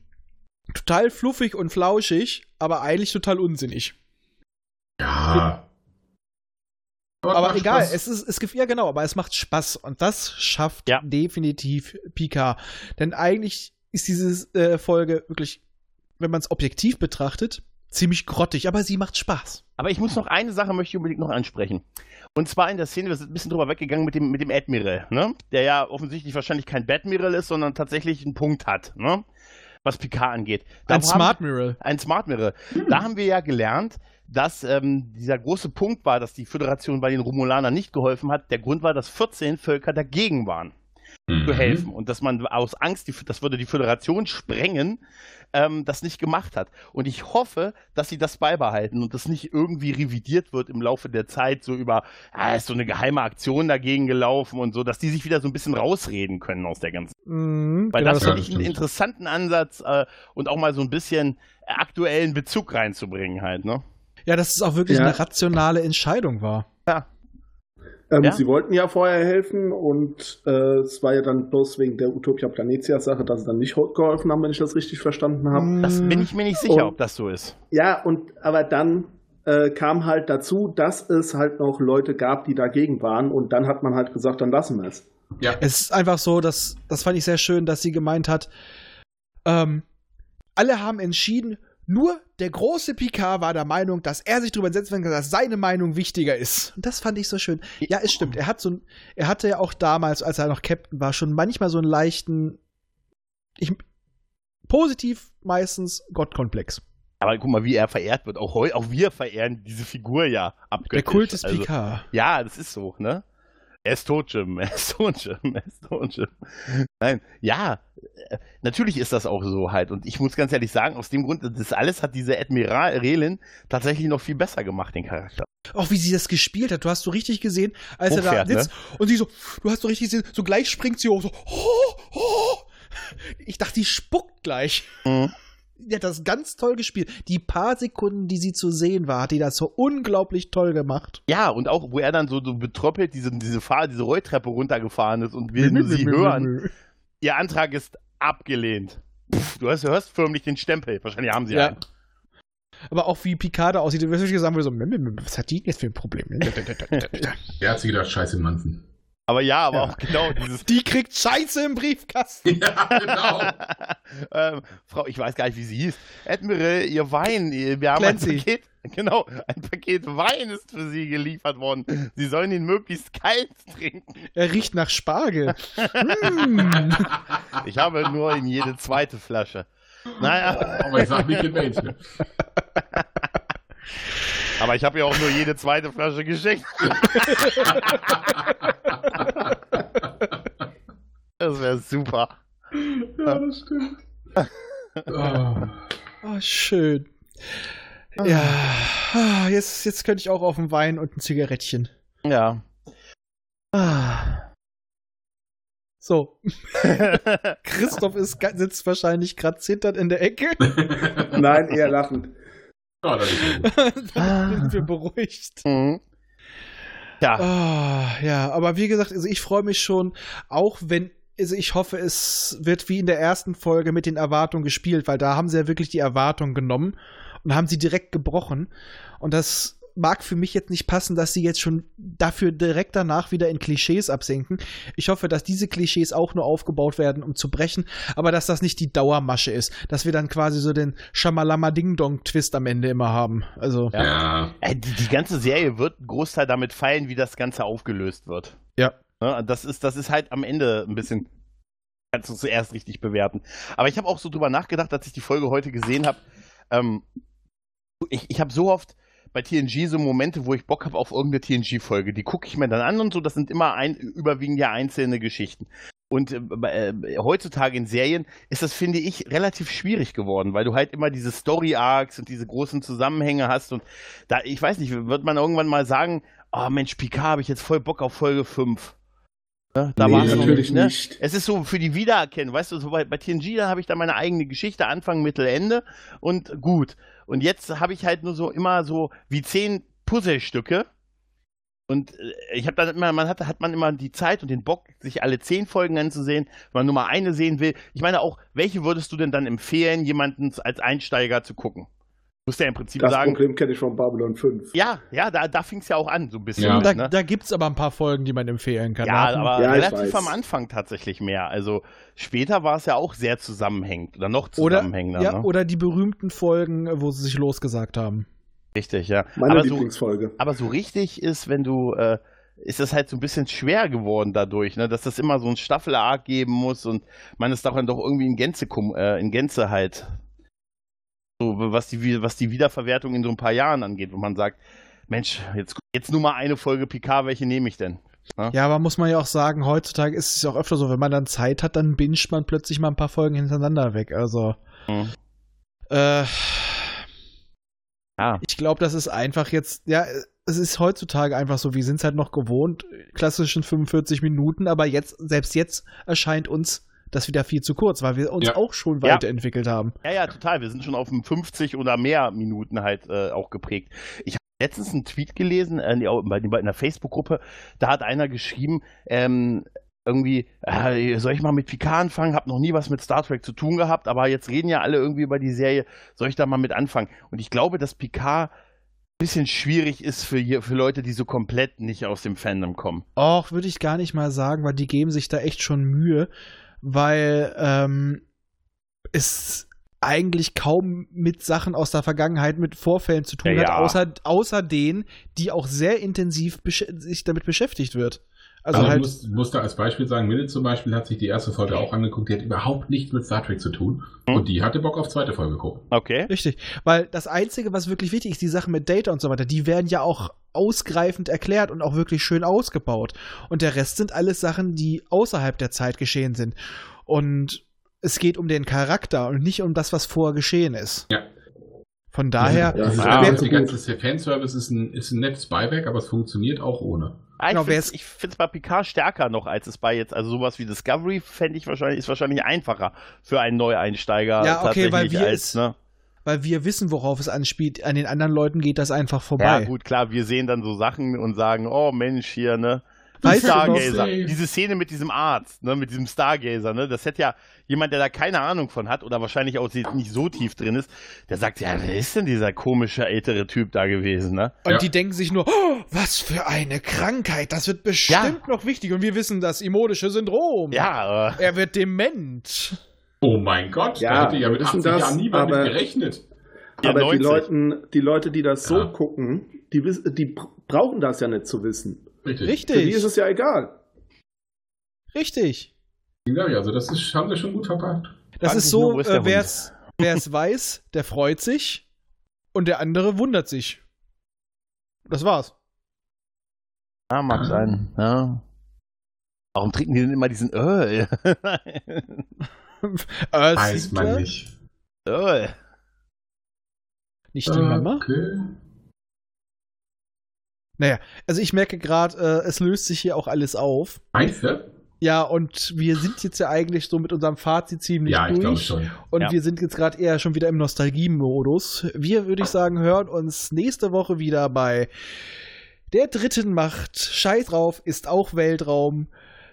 Total fluffig und flauschig, aber eigentlich total unsinnig.
Ja.
aber
macht
egal,
Spaß.
es ist, es gibt, ja genau, aber es macht Spaß und das schafft
Ja.
definitiv Picard. Denn eigentlich ist diese äh, Folge wirklich, wenn man es objektiv betrachtet, ziemlich grottig, aber sie macht Spaß.
Aber ich muss noch eine Sache möchte ich unbedingt noch ansprechen. Und zwar in der Szene, wir sind ein bisschen drüber weggegangen mit dem, mit dem Admiral, ne? Der ja offensichtlich wahrscheinlich kein Badmiral ist, sondern tatsächlich einen Punkt hat, ne? Was Picard angeht. Da
Ein
haben-
Smart Mirror.
ein Smart Mirror. Da haben wir ja gelernt, dass ähm, dieser große Punkt war, dass die Föderation bei den Romulanern nicht geholfen hat. Der Grund war, dass 14 Völker dagegen waren,
Mhm.
Mhm.
zu helfen. Und dass man aus Angst, die, das würde die Föderation sprengen, ähm, das nicht gemacht hat. Und ich hoffe, dass sie das beibehalten und das nicht irgendwie revidiert wird im Laufe der Zeit, so über, ah, ist so eine geheime Aktion dagegen gelaufen und so, dass die sich wieder so ein bisschen rausreden können aus der ganzen.
Mhm,
Weil
genau,
das
das-
ja,
finde ich
das
einen
stimmt.
interessanten Ansatz äh, und auch mal so ein bisschen aktuellen Bezug reinzubringen halt, ne?
ja, dass es auch wirklich
Ja.
eine rationale Entscheidung war.
Ähm,
Ja.
Sie wollten ja vorher helfen und äh, es war ja dann bloß wegen der Utopia Planetia Sache, dass sie dann nicht ho- geholfen haben, wenn ich das richtig verstanden habe.
Das
Mhm.
bin ich mir nicht sicher,
Oh.
ob das so ist.
Ja, und aber dann äh, kam halt dazu, dass es halt noch Leute gab, die dagegen waren und dann hat man halt gesagt, dann lassen wir es.
Ja.
Es ist einfach so, dass, das fand ich sehr schön, dass sie gemeint hat, ähm, alle haben entschieden, nur der große Picard war der Meinung, dass er sich darüber entsetzen kann, dass seine Meinung wichtiger ist. Und das fand ich so schön. Ja, es stimmt. Er, hat so ein, er hatte ja auch damals, als er noch Captain war, schon manchmal so einen leichten, ich, positiv meistens Gottkomplex.
Aber guck mal, wie er verehrt wird. Auch, heu, auch wir verehren diese Figur ja
Der
abgöttisch.
Kult des
Also,
Picard.
Ja, das ist so, ne? Er ist tot, Jim. Er ist tot, Jim. Er ist tot, Jim. Nein, ja, äh, natürlich ist das auch so halt. Und ich muss ganz ehrlich sagen, aus dem Grund, das alles hat diese Admiral Relin tatsächlich noch viel besser gemacht, den Charakter.
Auch wie sie das gespielt hat. Du hast so richtig gesehen, als er
Hochfährt,
da sitzt und sie so, du hast so richtig gesehen, so gleich springt sie hoch, so, oh, oh. Ich dachte, die spuckt gleich.
Mhm.
Die hat das ganz toll gespielt. Die paar Sekunden, die sie zu sehen war, hat die das so unglaublich toll gemacht.
Ja, und auch, wo er dann so, so betröppelt diese, diese, Fahr diese Rolltreppe runtergefahren ist und wir nur sie hören, ihr Antrag ist abgelehnt. Pff, du hörst, hörst förmlich den Stempel. Wahrscheinlich haben sie
Ja.
einen.
Aber auch wie Picard da aussieht, du wirst wirklich sagen, wir so, "Mim, mim, mim, was hat die denn jetzt für ein Problem?
Der hat sich gedacht, scheiße Manzen.
Aber ja, aber auch genau dieses.
die kriegt Scheiße im Briefkasten.
Ja, genau.
ähm, Frau, ich weiß gar nicht, wie sie hieß. Admiral, ihr Wein, ihr- wir haben
Clancy.
ein Paket, genau, ein Paket Wein ist für sie geliefert worden. Sie sollen ihn möglichst kalt trinken.
Er riecht nach Spargel. Hm.
Ich habe nur in jede zweite Flasche. Naja,
Aber ich sag nicht in ne? welche.
aber ich habe ja auch nur jede zweite Flasche geschenkt. Das wäre super.
Ja, das stimmt. Ah.
Oh, schön. Ja, ah, jetzt, jetzt könnte ich auch auf einen Wein und ein Zigarettchen.
Ja.
So, Christoph ist, ga- sitzt wahrscheinlich gerade zitternd in der Ecke.
Nein, eher lachend.
Ja, das ist gut.
Dann sind wir beruhigt.
Mhm. Ja,
Ah, ja, aber wie gesagt, also ich freue mich schon, auch wenn, also ich hoffe, es wird wie in der ersten Folge mit den Erwartungen gespielt, weil da haben sie ja wirklich die Erwartungen genommen und haben sie direkt gebrochen. Und das mag für mich jetzt nicht passen, dass sie jetzt schon dafür direkt danach wieder in Klischees absinken. Ich hoffe, dass diese Klischees auch nur aufgebaut werden, um zu brechen, aber dass das nicht die Dauermasche ist, dass wir dann quasi so den Schamalama Ding Dong Twist am Ende immer haben. Also
Ja.
Ja.
Äh, Die, die ganze Serie wird einen Großteil damit feilen, wie das Ganze aufgelöst wird.
Ja.
Ne, Das ist, das ist halt am Ende ein bisschen. Kannst du zuerst richtig bewerten. Aber ich habe auch so drüber nachgedacht, als ich die Folge heute gesehen habe. Ähm, ich ich habe so oft bei TNG so Momente, wo ich Bock habe auf irgendeine TNG-Folge. Die gucke ich mir dann an und so. Das sind immer ein, überwiegend ja einzelne Geschichten. Und äh, äh, heutzutage in Serien ist das, finde ich, relativ schwierig geworden, weil du halt immer diese Story-Arcs und diese großen Zusammenhänge hast. Und da, ich weiß nicht, wird man irgendwann mal sagen, oh Mensch, Picard, habe ich jetzt voll Bock auf Folge 5. Ne? Da
Nee,
war's noch
natürlich
ne?
nicht.
Es ist so für die Wiedererkennung, weißt du, so bei, bei TNG, da habe ich da meine eigene Geschichte, Anfang, Mittel, Ende und gut. Und jetzt habe ich halt nur so immer so wie zehn Puzzlestücke. Und äh, ich habe dann immer, man hat, hat man immer die Zeit und den Bock, sich alle zehn Folgen anzusehen, wenn man nur mal eine sehen will. Ich meine auch, welche würdest du denn dann empfehlen, jemanden als Einsteiger zu gucken? Du musst ja im Prinzip
Das
sagen,
Problem kenne ich von Babylon 5.
ja, ja, da, da fing es ja auch an, so ein bisschen.
Ja.
da,
ne?
da gibt's aber ein paar Folgen, die man empfehlen kann. Da
Ja,
hat man-
aber
Ja, ich
relativ
weiß.
am Anfang tatsächlich mehr. Also später war es ja auch sehr zusammenhängend oder noch
oder,
zusammenhängender.
ja,
ne?
oder die berühmten Folgen, wo sie sich losgesagt haben.
Richtig, ja.
Meine
Aber so,
Lieblingsfolge.
aber so richtig ist, wenn du, äh, ist das halt so ein bisschen schwer geworden dadurch, ne? dass das immer so ein Staffel-Arc geben muss und man es doch dann doch irgendwie in Gänze, kum- äh, in Gänze halt, so, was, die, Wi- was die Wiederverwertung in so ein paar Jahren angeht, wo man sagt, Mensch, jetzt, jetzt nur mal eine Folge PK, welche nehme ich denn?
Ja, aber muss man ja auch sagen, heutzutage ist es ja auch öfter so, wenn man dann Zeit hat, dann binge man plötzlich mal ein paar Folgen hintereinander weg. Also.
Mhm.
Äh,
Ja.
Ich glaube, das ist einfach jetzt, ja, es ist heutzutage einfach so, wir sind es halt noch gewohnt, klassischen 45 Minuten, aber jetzt, selbst jetzt erscheint uns das wieder viel zu kurz, weil wir uns
Ja.
auch schon
Ja.
weiterentwickelt haben.
Ja, ja, total. Wir sind schon auf dem 50 oder mehr Minuten halt äh, auch geprägt. Ich habe letztens einen Tweet gelesen, äh, nee, auch bei, bei einer Facebook-Gruppe, da hat einer geschrieben, ähm, irgendwie, äh, soll ich mal mit Picard anfangen? Hab noch nie was mit Star Trek zu tun gehabt, aber jetzt reden ja alle irgendwie über die Serie. Soll ich da mal mit anfangen? Und ich glaube, dass Picard ein bisschen schwierig ist für, je- für Leute, die so komplett nicht aus dem Fandom kommen.
Och, würde ich gar nicht mal sagen, weil die geben sich da echt schon Mühe, weil ähm, es eigentlich kaum mit Sachen aus der Vergangenheit, mit Vorfällen zu tun
Ja,
hat,
ja.
außer, außer denen, die auch sehr intensiv besch- sich damit beschäftigt wird. Also,
Also, ich
halt,
muss, muss da als Beispiel sagen, Minute zum Beispiel hat sich die erste Folge auch angeguckt, die hat überhaupt nichts mit Star Trek zu tun. Und die hatte Bock auf zweite Folge gucken.
Okay.
richtig, weil das Einzige, was wirklich wichtig ist, die Sachen mit Data und so weiter, die werden ja auch ausgreifend erklärt und auch wirklich schön ausgebaut. Und der Rest sind alles Sachen, die außerhalb der Zeit geschehen sind. Und es geht um den Charakter und nicht um das, was vorher geschehen ist.
Ja.
Von daher,
Ja,
das ist
ja,
einfach,
wer-
so
der
gut.
ganze Fanservice ist ein, ist ein nettes Beiwerk, aber es funktioniert auch ohne.
Ah,
Genau,
ich
wer
find's-
ist-
ich finde es bei Picard stärker noch, als es bei jetzt, also sowas wie Discovery fände ich wahrscheinlich, ist wahrscheinlich einfacher für einen Neueinsteiger.
Ja, okay,
tatsächlich
weil wir
als,
es
ne?
weil wir wissen, worauf es anspielt. An den anderen Leuten geht das einfach
Ja,
vorbei.
gut, klar, wir sehen dann so Sachen und sagen, oh Mensch, hier, ne? die
Weißt du noch-
Stargazer. Diese Szene mit diesem Arzt, ne, mit diesem Stargazer, ne, das hätte ja jemand, der da keine Ahnung von hat oder wahrscheinlich auch nicht so tief drin ist, der sagt, ja, wer ist denn dieser komische ältere Typ da gewesen, ne?
und
Ja.
die denken sich nur, oh, was für eine Krankheit, das wird bestimmt noch wichtig. Und wir wissen das immodische Syndrom.
Ja, äh,
Er wird dement.
Oh mein Gott,
Ja,
da hätte ja mit
wir wissen
80
das,
Jahren niemand
aber-
mit gerechnet.
Ja,
Aber
90.
die, Leuten, die Leute, die das so
Ja.
gucken, die, wiss- die br- brauchen das ja nicht zu wissen.
Richtig.
Für die ist
Richtig,
es ja egal.
richtig.
Ja, ja, also das ist, haben wir schon gut verpackt.
Das
Frag
ist
mich nur,
so,
wo ist der
äh, wer es weiß, der freut sich und der andere wundert sich. Das war's.
Ah, mag sein. Ja. Warum trinken die denn immer diesen Öl?
Äh,
Weiß man
Sinclair?
nicht.
Öl.
Nicht
Äh.
die Mama?
Ah, Okay.
Also ich merke gerade, äh, es löst sich hier auch alles auf.
Meinst du?
Ja, und wir sind jetzt ja eigentlich so mit unserem Fazit ziemlich
Ja, ich glaube
durch.
schon.
und
Ja.
wir sind jetzt gerade eher schon wieder im Nostalgie-Modus. Wir, würde ich sagen, hören uns nächste Woche wieder bei der dritten Macht. Scheiß drauf, ist auch Weltraum.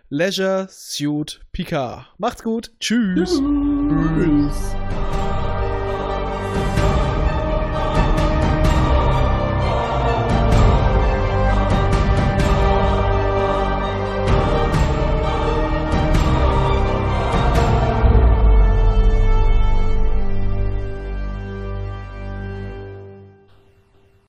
Leisure Suit Picard. Macht's gut. Tschüss. Tschüss.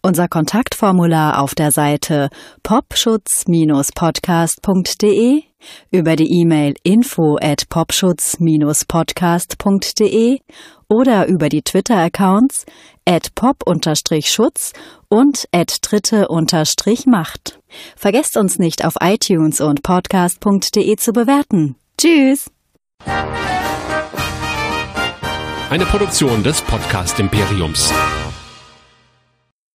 Unser Kontaktformular auf der Seite popschutz-podcast.de, über die E-Mail info at popschutz-podcast.de oder über die Twitter-Accounts at pop-schutz und at dritte-macht. Vergesst uns nicht auf iTunes und podcast.de zu bewerten. Tschüss!
Eine Produktion des Podcast Imperiums.